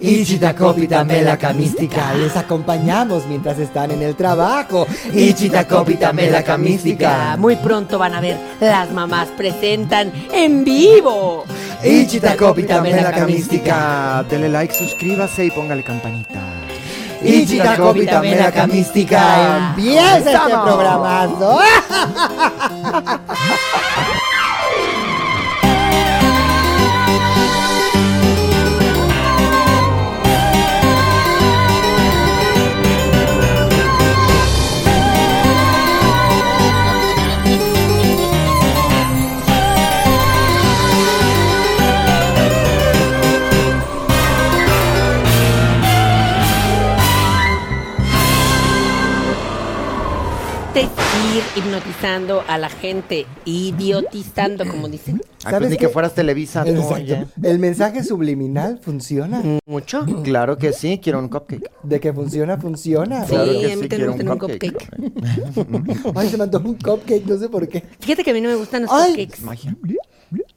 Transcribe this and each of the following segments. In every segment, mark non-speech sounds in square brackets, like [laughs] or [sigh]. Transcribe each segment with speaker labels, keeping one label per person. Speaker 1: Y Chitacopita Melaca Mística, les acompañamos mientras están en el trabajo. Y Chitacopita Melaca Mística.
Speaker 2: Muy pronto van a ver, las mamás presentan en vivo.
Speaker 1: Y Chitacopita Melaca Mística.
Speaker 3: Dele like, suscríbase y póngale campanita.
Speaker 1: Y Chitacopita Melaca Mística. Empieza este programazo.
Speaker 2: Te ir hipnotizando a la gente, idiotizando, como dicen.
Speaker 3: Ay,
Speaker 1: ¿Sabes
Speaker 3: pues ni
Speaker 1: qué?
Speaker 3: que fueras Televisa, tú, oye.
Speaker 1: Exacto. El mensaje subliminal funciona.
Speaker 2: Mucho.
Speaker 3: Claro que sí, quiero un cupcake.
Speaker 1: De que funciona, funciona.
Speaker 2: Sí,
Speaker 3: Claro
Speaker 2: a
Speaker 3: que
Speaker 2: mí también
Speaker 3: sí, quiero
Speaker 2: me
Speaker 3: un
Speaker 2: gusta un
Speaker 3: cupcake.
Speaker 1: Ay, se me antojó un cupcake, no sé por qué.
Speaker 2: Fíjate que a mí no me gustan los
Speaker 1: Ay.
Speaker 2: cupcakes.
Speaker 3: Magia.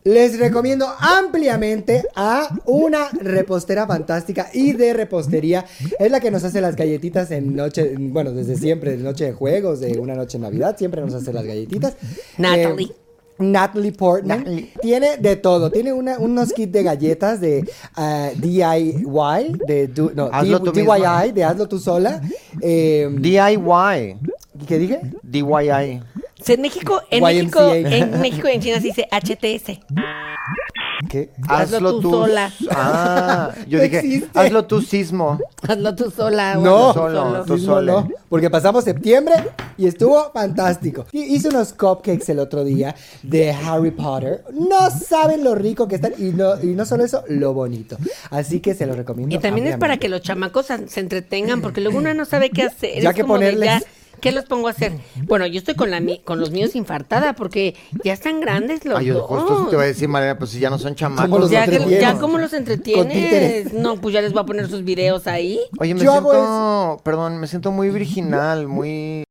Speaker 1: Les recomiendo ampliamente a una repostera fantástica y de repostería. Es la que nos hace las galletitas en noche, bueno, desde siempre, de noche de juegos, de una noche de Navidad, siempre nos hace las galletitas.
Speaker 2: Natalie.
Speaker 1: Eh, Natalie Portman tiene de todo, tiene una- unos kits de galletas de ah, DIY, de do- no,
Speaker 3: Hazlo
Speaker 1: D-
Speaker 3: tú
Speaker 1: DIY,
Speaker 3: misma.
Speaker 1: de hazlo tú sola. Eh,
Speaker 3: DIY.
Speaker 1: ¿Qué dije?
Speaker 3: DIY.
Speaker 2: O sea, en México, en
Speaker 1: YMCA.
Speaker 2: México, en México y en China se dice HTS.
Speaker 1: ¿Qué?
Speaker 2: Hazlo tú sola.
Speaker 3: Ah, yo
Speaker 1: No
Speaker 3: dije,
Speaker 1: existe.
Speaker 3: hazlo tú sismo.
Speaker 2: Hazlo tú sola. o
Speaker 1: No.
Speaker 2: hazlo tú
Speaker 3: Solo,
Speaker 2: solo.
Speaker 3: tú
Speaker 1: Sismo
Speaker 3: sole.
Speaker 1: no, ¿eh? porque pasamos septiembre y estuvo fantástico. Y hice unos cupcakes el otro día de Harry Potter. No saben lo rico que están y no, y no solo eso, lo bonito. Así que se los recomiendo.
Speaker 2: Y también es para
Speaker 1: ampliamente.
Speaker 2: que los chamacos an- se entretengan, porque luego uno no sabe qué hacer.
Speaker 1: Ya
Speaker 2: es
Speaker 1: que
Speaker 2: como de,
Speaker 1: ponerles.
Speaker 2: ya, ¿Qué los pongo a hacer? Bueno, yo estoy con la mi- con los míos infartada, porque ya están grandes los
Speaker 3: Ay, yo
Speaker 2: dos.
Speaker 3: justo eso te voy a decir, María, pues si ya no son chamacos.
Speaker 1: Somos los
Speaker 2: ya,
Speaker 1: dos
Speaker 2: que-
Speaker 1: entretienes.
Speaker 2: ya como los
Speaker 1: Con títeres.
Speaker 2: entretienes. No, pues ya les voy a poner sus videos ahí.
Speaker 3: Oye, me
Speaker 1: Yo hago
Speaker 3: siento, perdón, me siento muy virginal, muy...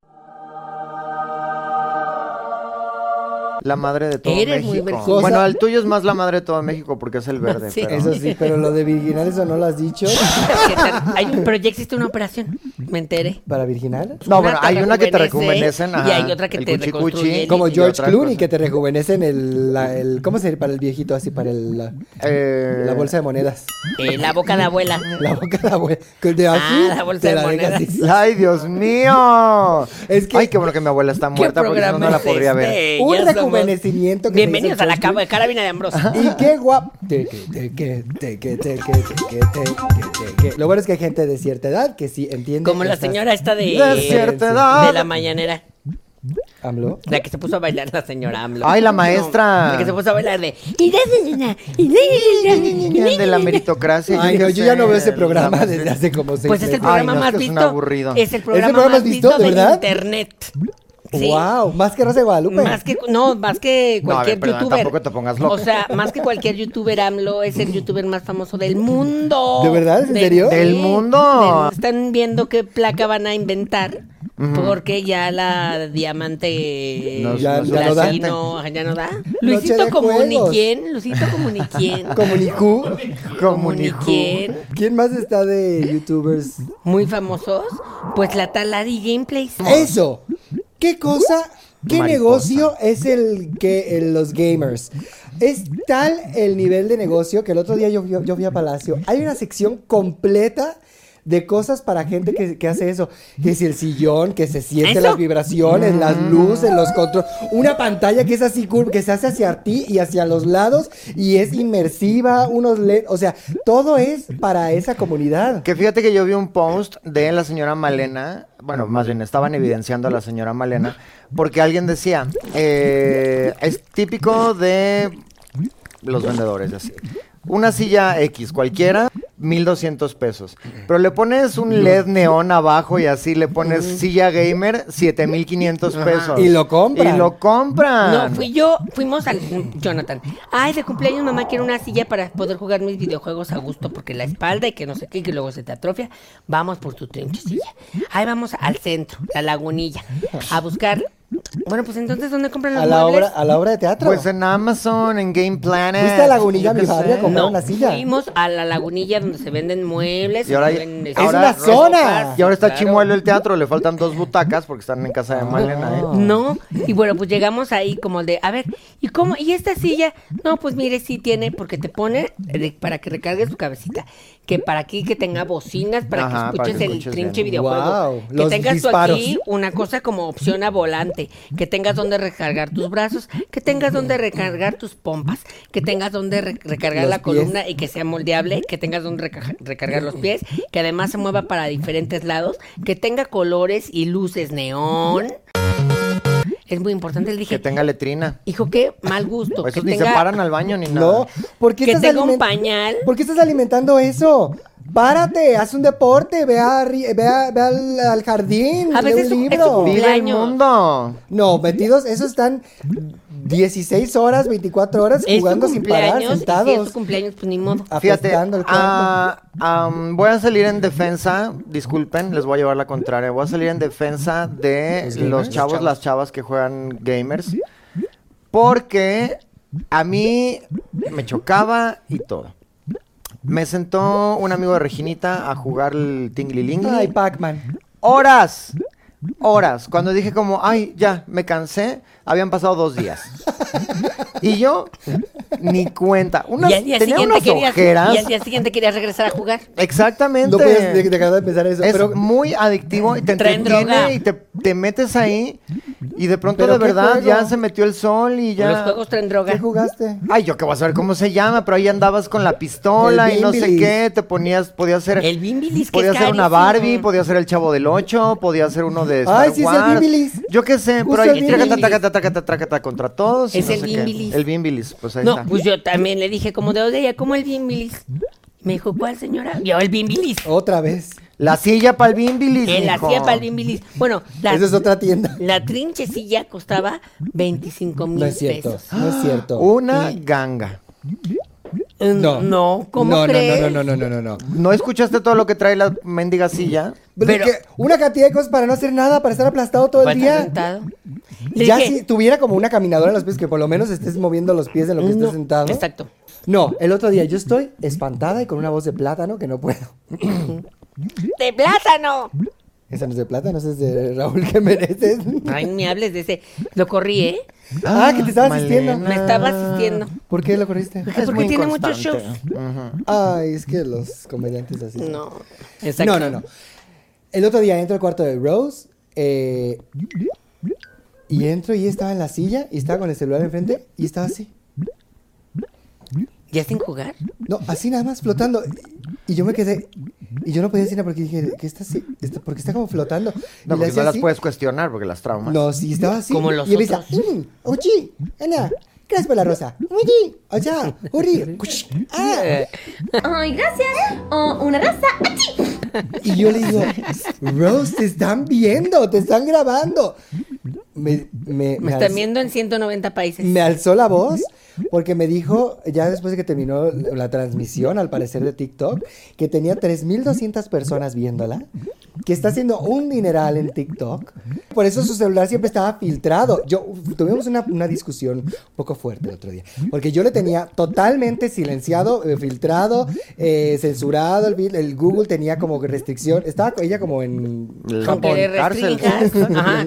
Speaker 3: La madre de todo
Speaker 2: Eres muy
Speaker 3: México.
Speaker 2: virginal.
Speaker 3: bueno, el tuyo es más la madre de todo México porque es el verde.
Speaker 2: Sí.
Speaker 3: pero-
Speaker 1: Eso
Speaker 2: [laughs]
Speaker 1: sí, pero lo de virginal, eso no lo has dicho.
Speaker 2: ¿Qué tal? Hay un- pero ya existe una operación, me enteré.
Speaker 1: ¿Para virginal?
Speaker 3: No, bueno, hay una que te
Speaker 2: rejuvenece,
Speaker 3: rejuvenecen.
Speaker 2: y
Speaker 3: ajá,
Speaker 2: hay otra que
Speaker 3: el
Speaker 2: te
Speaker 3: cuchicuchi.
Speaker 2: reconstruye el-
Speaker 1: Como
Speaker 3: Y
Speaker 1: George
Speaker 3: otra
Speaker 1: Clooney,
Speaker 3: cosa.
Speaker 1: que te rejuvenecen el, la- el- ¿Cómo se para el viejito así? Para el, la,
Speaker 3: Eh,
Speaker 1: la bolsa de monedas.
Speaker 2: Eh, la boca de abuela.
Speaker 1: La boca de la abuela. Que de aquí
Speaker 2: Ah, la bolsa
Speaker 1: te
Speaker 2: de
Speaker 1: la deja
Speaker 2: monedas.
Speaker 1: así.
Speaker 3: ¡Ay, Dios mío!
Speaker 1: Es que-
Speaker 3: Ay, qué bueno que mi abuela está
Speaker 2: ¿Qué
Speaker 3: [laughs] muerta porque si no,
Speaker 2: programa
Speaker 3: no la
Speaker 2: es
Speaker 3: podría ver.
Speaker 2: este?
Speaker 1: Un
Speaker 2: Ya somos-
Speaker 1: rejuvenecimiento que se
Speaker 2: Bienvenidos
Speaker 1: hizo
Speaker 2: a la
Speaker 1: George Clooney.
Speaker 2: cama- carabina de Ambrosio.
Speaker 1: Y qué guapo. Lo bueno es que hay gente de cierta edad que sí entiende.
Speaker 2: Como la
Speaker 1: estas-
Speaker 2: señora esta de,
Speaker 3: De cierta edad.
Speaker 2: este? de la mañanera.
Speaker 1: ¿Habló?
Speaker 2: La que se puso a bailar la señora AMLO.
Speaker 3: Ay, la maestra.
Speaker 2: No, la que se puso a bailar de.
Speaker 3: De la meritocracia.
Speaker 1: Ay, no, yo ya no veo ese
Speaker 3: el-
Speaker 1: programa desde hace como seis
Speaker 2: Pues es el
Speaker 1: meses.
Speaker 2: programa
Speaker 3: Ay, no, es
Speaker 2: más
Speaker 3: que es un
Speaker 2: visto.
Speaker 3: aburrido.
Speaker 2: Es el programa,
Speaker 1: programa
Speaker 2: más
Speaker 1: es visto,
Speaker 2: visto,
Speaker 1: de
Speaker 2: de
Speaker 1: verdad?
Speaker 2: internet. Sí.
Speaker 1: Wow, más que Rosa de Guadalupe.
Speaker 2: Más que, no, más que
Speaker 3: No, a
Speaker 2: cualquier
Speaker 3: ver, perdón,
Speaker 2: youtuber.
Speaker 3: tampoco te pongas loco.
Speaker 2: O sea, más que cualquier youtuber, AMLO es el youtuber más famoso del mundo.
Speaker 1: ¿De verdad? ¿En
Speaker 2: De-
Speaker 1: serio?
Speaker 3: ¡Del mundo!
Speaker 2: Del- están viendo qué placa van a inventar. Porque ya la diamante
Speaker 3: No,
Speaker 1: ya- ya
Speaker 2: la
Speaker 1: no da.
Speaker 2: sí no- ya no da. Luisito
Speaker 1: de juegos.
Speaker 2: Comuniquén, Luisito
Speaker 1: [laughs]
Speaker 2: Comuniquén.
Speaker 1: Comunicú.
Speaker 2: Comuniquén,
Speaker 1: ¿Quién más está de YouTubers?
Speaker 2: muy famosos, pues la tal Ari Gameplays.
Speaker 1: Eso. ¿Qué cosa? ¿Qué
Speaker 3: Mariposa.
Speaker 1: negocio es el que el- los gamers? Es tal el nivel de negocio que el otro día yo, fui- yo fui a Palacio. Hay una sección completa de cosas para gente que, que hace eso. Que si el sillón, que se siente
Speaker 2: ¿Eso? Mm.
Speaker 1: las vibraciones, las luces, los controles. Una pantalla que es así curva, que se hace hacia ti y hacia los lados y es inmersiva, unos LED. O sea, todo es para esa comunidad.
Speaker 3: Que fíjate que yo vi un post de la señora Malena, bueno, más bien estaban evidenciando a la señora Malena, porque alguien decía, eh, es típico de los vendedores, así. Una silla X cualquiera, 1200 pesos. Pero le pones un LED neón abajo y así le pones silla gamer, 7500 pesos.
Speaker 1: Y lo compran.
Speaker 3: Y lo compran.
Speaker 1: Ah,
Speaker 2: No, fui yo, fuimos al Jonathan. Ay, de cumpleaños, mamá, quiero una silla para poder jugar mis videojuegos a gusto, porque la espalda y que no sé qué, que luego se te atrofia. Vamos por tu trinche silla. Ahí vamos al centro, la lagunilla, a buscar Bueno, pues entonces, ¿dónde compran los
Speaker 1: A la, obra,
Speaker 2: muebles?
Speaker 1: a la obra de teatro.
Speaker 3: Pues en Amazon, en Game Planet.
Speaker 1: ¿Fuiste a Lagunilla,
Speaker 3: yo qué
Speaker 1: mi padre,
Speaker 3: sé.
Speaker 1: a comprar
Speaker 2: No,
Speaker 1: una silla?
Speaker 2: fuimos a la lagunilla donde se venden muebles.
Speaker 3: Y ahora-
Speaker 2: se venden,
Speaker 3: es
Speaker 2: este,
Speaker 3: una
Speaker 2: ropas,
Speaker 1: zona.
Speaker 3: Y ahora está
Speaker 2: claro.
Speaker 3: chimuelo el teatro, le faltan dos butacas porque están en
Speaker 1: Ah.
Speaker 3: casa de Malena. ¿eh?
Speaker 2: No, y bueno, pues llegamos ahí como de, a ver, ¿y cómo? ¿Y esta silla? No, pues mire, sí tiene, porque te pone de- para que recargue su cabecita, que para aquí que tenga bocinas, para
Speaker 3: Ajá,
Speaker 2: que
Speaker 3: para que
Speaker 2: escuches el
Speaker 3: escuches
Speaker 2: trinche
Speaker 3: bien.
Speaker 2: videojuego,
Speaker 1: Guau,
Speaker 2: que
Speaker 1: los
Speaker 2: tengas tú
Speaker 1: disparos.
Speaker 2: aquí una cosa como opción a volante, que tengas donde recargar tus brazos, que tengas donde recargar tus pompas, que tengas donde re- recargar
Speaker 1: Los
Speaker 2: la
Speaker 1: pies.
Speaker 2: columna y que sea moldeable, que tengas donde reca- recargar los pies, que además se mueva para diferentes lados, que tenga colores y luces neón. Es muy importante, le
Speaker 3: Que
Speaker 2: dije,
Speaker 3: tenga letrina.
Speaker 2: hijo, qué mal gusto.
Speaker 3: Pues
Speaker 2: que
Speaker 3: esos ni se
Speaker 2: tenga-
Speaker 3: paran al baño ni nada.
Speaker 1: No, ¿por qué
Speaker 2: Que
Speaker 1: estás
Speaker 2: tenga un
Speaker 1: aliment-
Speaker 2: pañal.
Speaker 1: ¿Por qué estás alimentando eso? Párate, haz un deporte, ve, a ri- ve, a- ve al, al jardín,
Speaker 2: A
Speaker 1: lee
Speaker 2: veces es
Speaker 1: un
Speaker 2: un- es
Speaker 1: libro.
Speaker 2: un-
Speaker 3: ¡Vive el
Speaker 2: Cumpleaños.
Speaker 3: mundo!
Speaker 1: No, metidos, esos están 16 horas, 24 horas
Speaker 2: Es tu
Speaker 1: jugando sin parar,
Speaker 2: cumpleaños, y si es
Speaker 1: sentados,
Speaker 2: tu cumpleaños, pues ni modo.
Speaker 3: Fíjate,
Speaker 1: apestando el cuarto.
Speaker 3: ah, am, voy a salir en defensa, disculpen, les voy a llevar la contraria, voy a salir en defensa de
Speaker 1: ¿Los
Speaker 3: los,
Speaker 1: gamers?
Speaker 3: chavos, las chavas que juegan gamers, porque a mí me chocaba y todo. Me sentó un amigo de Reginita a jugar el Tingly
Speaker 1: Ay,
Speaker 3: [laughs]
Speaker 1: Pac-Man.
Speaker 3: Horas, horas. Cuando dije como, ay, ya, me cansé, habían pasado dos días. y yo, ni cuenta. Unas,
Speaker 2: y al día
Speaker 3: tenía
Speaker 2: siguiente
Speaker 3: unas
Speaker 2: querías,
Speaker 3: ojeras.
Speaker 2: y al día siguiente querías regresar a jugar.
Speaker 3: Exactamente.
Speaker 1: No puedes de- dejar de pensar eso,
Speaker 3: es
Speaker 1: pero...
Speaker 3: muy adictivo y te
Speaker 2: Traen droga.
Speaker 3: entretiene y te, te metes ahí y de pronto
Speaker 1: ¿Pero
Speaker 3: de
Speaker 1: qué
Speaker 3: verdad
Speaker 1: juego?
Speaker 3: ya se metió el sol y ya...
Speaker 2: Los juegos traen droga.
Speaker 1: ¿Qué jugaste?
Speaker 3: Ay, yo qué voy a saber cómo se llama, pero ahí andabas con la pistola
Speaker 1: El
Speaker 3: y no sé
Speaker 1: Bimbilis.
Speaker 3: qué, te ponías, podías ser...
Speaker 2: El Bimbilis, que
Speaker 3: Podía
Speaker 2: es
Speaker 3: ser una
Speaker 2: carísimo.
Speaker 3: Barbie, podía ser el Chavo del 8, podía ser uno de Star
Speaker 1: Ay, sí, es el
Speaker 3: Wars.
Speaker 1: Bimbilis.
Speaker 3: Yo qué sé,
Speaker 1: Justo
Speaker 3: pero ahí
Speaker 1: el
Speaker 3: traca,
Speaker 1: Bimbilis.
Speaker 3: taca, taca, taca, taca, taca, contra todos. y
Speaker 2: Es
Speaker 3: no
Speaker 2: el
Speaker 3: sé qué.
Speaker 2: Bimbilis.
Speaker 3: El Bimbilis, pues ahí
Speaker 2: No,
Speaker 3: está.
Speaker 2: pues yo también le dije como de, oye, ¿cómo el Bimbilis? Me dijo, ¿cuál señora? Yo, el Bimbilis.
Speaker 1: Otra vez.
Speaker 3: La silla para el Bimbilis,
Speaker 2: Que la
Speaker 3: mijo.
Speaker 2: hacía para el Bimbilis. Bueno, la,
Speaker 1: Esa es otra tienda.
Speaker 2: la trinchecilla costaba 25 mil
Speaker 1: No es cierto,
Speaker 2: pesos.
Speaker 1: no es cierto.
Speaker 3: Una ganga.
Speaker 2: No, Mm, no ¿cómo
Speaker 1: no,
Speaker 2: crees?
Speaker 1: No, no, no, no, no, no, no.
Speaker 3: ¿No escuchaste todo lo que trae la mendiga silla?
Speaker 1: Pero,
Speaker 2: Pero-
Speaker 1: que una cantidad de cosas para no hacer nada, para estar aplastado todo
Speaker 2: Para
Speaker 1: el
Speaker 2: estar
Speaker 1: día.
Speaker 2: sentado. Le
Speaker 1: Ya
Speaker 2: dije,
Speaker 1: si tuviera como una caminadora en los pies, que por lo menos estés moviendo los pies en lo que
Speaker 2: No,
Speaker 1: estés sentado.
Speaker 2: exacto.
Speaker 1: No, el otro día yo estoy espantada y con una voz de plátano que no puedo.
Speaker 2: ¡De plátano!
Speaker 1: Esa no es de plátano, esa es de Raúl que mereces.
Speaker 2: Ay, no me hables de ese. Lo corrí, ¿eh?
Speaker 1: Ah, que te estaba asistiendo.
Speaker 2: Me estaba asistiendo.
Speaker 1: ¿Por qué lo corriste?
Speaker 2: Porque
Speaker 3: muy
Speaker 2: tiene muchos shows.
Speaker 3: constante.
Speaker 1: Ay, es que los comediantes así. son.
Speaker 2: No.
Speaker 1: No,
Speaker 2: Exacto.
Speaker 1: no, no. El otro día entro al cuarto de Rose eh, y entro y estaba en la silla y estaba con el celular enfrente y estaba así.
Speaker 2: ¿Ya sin jugar?
Speaker 1: No, así nada más flotando. Y yo me quedé. Y yo no podía decir nada porque dije, ¿qué está así? Está- porque está como flotando. Y le
Speaker 3: No, porque
Speaker 1: hacía
Speaker 3: no las
Speaker 1: así.
Speaker 3: puedes cuestionar porque las traumas.
Speaker 1: No, sí, estaba así.
Speaker 2: Como los
Speaker 1: y empieza,
Speaker 2: otros.
Speaker 1: "Mm, Uchi, Ana, gracias por la rosa. Uchi, allá, Uri, cuch, ah".
Speaker 4: Ay, gracias. O una rosa. ¡Achí!
Speaker 1: Y yo le digo, Rose, te están viendo, te están grabando. Me, me,
Speaker 2: Me
Speaker 1: alzó-
Speaker 2: están viendo en 190 países.
Speaker 1: me alzó la voz porque me dijo, ya después de que terminó la transmisión, al parecer de TikTok, que tenía 3.200 personas viéndola, que está haciendo un dineral en TikTok. Por eso su celular siempre estaba filtrado. Yo tuvimos una, una discusión un poco fuerte el otro día, porque yo le tenía totalmente silenciado, eh, filtrado, eh, censurado, el, vid- el Google tenía como restricción, estaba ella como en...
Speaker 3: El
Speaker 2: Aunque
Speaker 3: Japón,
Speaker 2: le
Speaker 3: cárcel.
Speaker 2: restringas. ajá.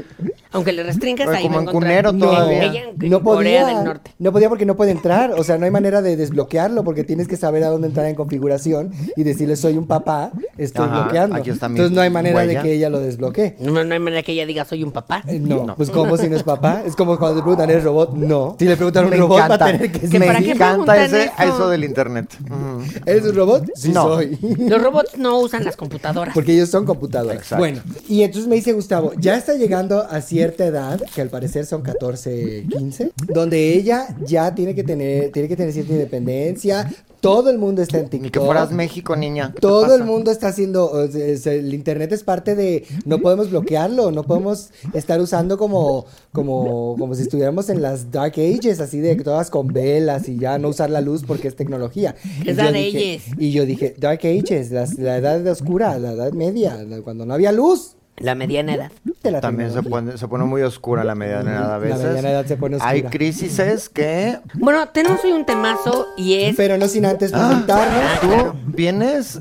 Speaker 2: Aunque le restringas
Speaker 3: Pero
Speaker 2: ahí
Speaker 3: como
Speaker 2: va a
Speaker 3: en
Speaker 2: encontrar.
Speaker 3: Cunero
Speaker 2: En-
Speaker 3: todavía.
Speaker 2: ella en-
Speaker 1: No
Speaker 2: en Corea
Speaker 1: podía,
Speaker 2: del Norte.
Speaker 1: no podía porque no puede entrar, o sea, no hay manera de desbloquearlo porque tienes que saber a dónde entrar en configuración y decirle soy un papá, estoy
Speaker 3: Ajá,
Speaker 1: bloqueando.
Speaker 3: aquí está mi
Speaker 1: Entonces no hay manera
Speaker 3: huella.
Speaker 1: de que ella lo desbloquee.
Speaker 2: No, no hay manera que ella diga soy un papá.
Speaker 1: Eh, No,
Speaker 3: No.
Speaker 1: pues como si no es papá, es como cuando le preguntan eres robot, no. Si le preguntan a un
Speaker 3: Me
Speaker 1: robot va
Speaker 3: encanta,
Speaker 1: a tener que
Speaker 2: ¿Que
Speaker 1: decir,
Speaker 2: para
Speaker 3: me
Speaker 2: qué
Speaker 3: encanta
Speaker 2: preguntan
Speaker 3: ese,
Speaker 2: eso?
Speaker 3: eso del internet. Ujú.
Speaker 1: ¿eres un robot? Sí
Speaker 3: No.
Speaker 1: soy.
Speaker 2: Los robots no usan las computadoras.
Speaker 1: Porque ellos son computadoras.
Speaker 3: Exacto.
Speaker 1: Bueno, y entonces me dice Gustavo, ya está llegando a cierta edad, que al parecer son 14, 15, donde ella ya tiene que tener, tiene que tener cierta independencia. Todo el mundo está en TikTok.
Speaker 3: Ni que fueras México, niña. ¿Qué te
Speaker 1: Todo el
Speaker 3: pasa?
Speaker 1: mundo está haciendo, o sea, es- el internet es parte de, no podemos bloquearlo, no podemos estar usando como, como, como si estuviéramos en las Dark Ages, así de todas con velas y ya no usar la luz porque es tecnología.
Speaker 2: ¿Qué
Speaker 1: Y yo
Speaker 2: Dark
Speaker 1: dije-
Speaker 2: Ages?
Speaker 1: Y yo dije, Dark Ages, las- la edad de oscura, la edad media, la- cuando no había luz.
Speaker 2: La mediana edad.
Speaker 1: Te la
Speaker 3: También se
Speaker 1: tengo.
Speaker 3: pone, se pone muy oscura la mediana edad a
Speaker 1: La
Speaker 3: veces.
Speaker 1: mediana edad se pone
Speaker 3: Hay
Speaker 1: oscura.
Speaker 3: crisis que
Speaker 2: Bueno, tenemos hoy un temazo y es.
Speaker 1: Pero no sin antes
Speaker 3: Ah,
Speaker 1: presentarnos.
Speaker 3: tú vienes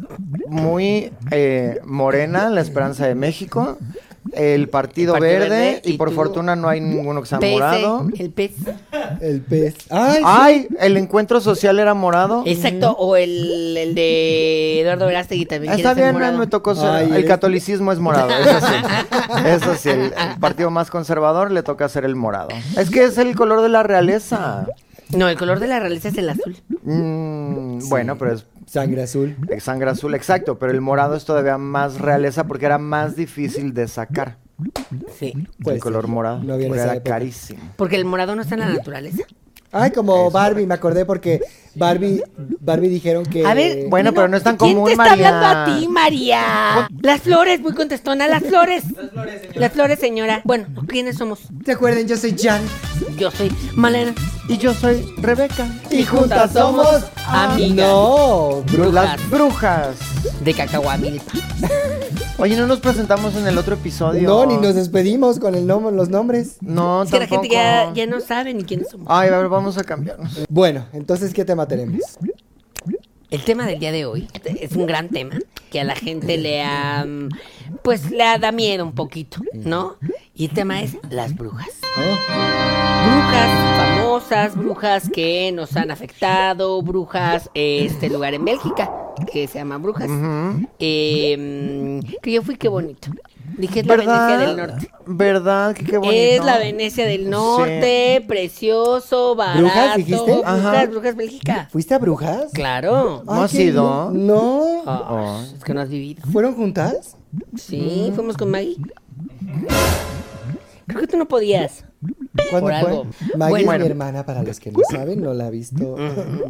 Speaker 3: muy eh, morena, la esperanza de México, el
Speaker 2: Partido
Speaker 3: Partido, Verde,
Speaker 2: Verde,
Speaker 3: y
Speaker 2: y
Speaker 3: por
Speaker 2: tú-
Speaker 3: fortuna no hay ninguno que sea
Speaker 2: PS,
Speaker 3: morado.
Speaker 2: ¿eh? el pez.
Speaker 1: El pez. Ay,
Speaker 3: Ay, el encuentro social era morado.
Speaker 2: Exacto, o el, el de Eduardo Verástegui también.
Speaker 3: Ah, Está
Speaker 2: quiere ser
Speaker 3: bien,
Speaker 2: morado.
Speaker 3: me tocó ser-
Speaker 1: Ay,
Speaker 3: el
Speaker 1: eres-
Speaker 3: catolicismo es morado,
Speaker 2: [laughs]
Speaker 3: eso sí. Eso sí, el, el partido más conservador le toca ser el morado. Es que es el color de la realeza.
Speaker 2: No, el color de la realeza es el azul.
Speaker 3: Mm, Bueno, pero es
Speaker 1: sangre azul.
Speaker 3: de sangre azul, exacto, pero el morado es todavía más realeza porque era más difícil de sacar.
Speaker 2: Sí.
Speaker 1: Pues,
Speaker 3: el color morado,
Speaker 1: no había en
Speaker 3: porque
Speaker 1: esa
Speaker 3: era
Speaker 1: época.
Speaker 3: carísimo.
Speaker 2: Porque el morado no está en la naturaleza.
Speaker 1: Ay, como Barbie, me acordé porque Barbie, Barbie dijeron que.
Speaker 2: A ver,
Speaker 3: Eh, Bueno, pero no es tan
Speaker 2: ¿quién
Speaker 3: común,
Speaker 2: te está
Speaker 3: María?
Speaker 2: hablando a ti, María? Las flores, muy contestona, las flores. [laughs] Las flores, señora. Las flores, señora. Bueno, ¿quiénes somos?
Speaker 1: recuerden, yo soy Jan.
Speaker 2: Yo soy Malena.
Speaker 3: Y yo soy Rebeca.
Speaker 1: Y juntas somos
Speaker 2: amigas.
Speaker 1: No,
Speaker 2: Brujas.
Speaker 3: Las brujas.
Speaker 2: De Cacahuamilpa.
Speaker 3: Oye, no nos presentamos en el otro episodio.
Speaker 1: no, ni nos despedimos con el nom- los nombres.
Speaker 3: No,
Speaker 2: Es que la gente ya,
Speaker 3: tampoco.
Speaker 2: ya no sabe ni quiénes somos.
Speaker 3: Ay, a ver, vamos a cambiarnos.
Speaker 1: Bueno, entonces, ¿qué tema tenemos?
Speaker 2: El tema del día de hoy es un gran tema que a la gente le ha, mm, pues le ha- da miedo un poquito, ¿no? Y el tema es las brujas.
Speaker 3: ¿Eh?
Speaker 2: Brujas famosas, brujas que nos han afectado, brujas, eh, este lugar en Bélgica que se llama Brujas. Eh, mm, que yo fui qué bonito. Dije es la Venecia del Norte.
Speaker 3: ¿Verdad? Que Qué bonito.
Speaker 2: Es la Venecia del Norte, precioso, barato.
Speaker 1: ¿Brujas, dijiste?
Speaker 3: Ajá.
Speaker 2: Brujas, brujas Bélgica.
Speaker 1: ¿Fuiste a brujas?
Speaker 2: Claro.
Speaker 1: Ay,
Speaker 3: ¿No has
Speaker 1: qué
Speaker 3: ido?
Speaker 1: bien. No.
Speaker 3: Oh.
Speaker 2: Ah, Es que no has vivido.
Speaker 1: ¿Fueron juntas?
Speaker 2: Sí, fuimos con Maggie. Creo que tú no podías.
Speaker 1: ¿Cuándo
Speaker 2: Por
Speaker 1: fue?
Speaker 2: algo.
Speaker 1: Maggie es
Speaker 3: Bueno.
Speaker 1: mi hermana, para los que no saben, no la ha visto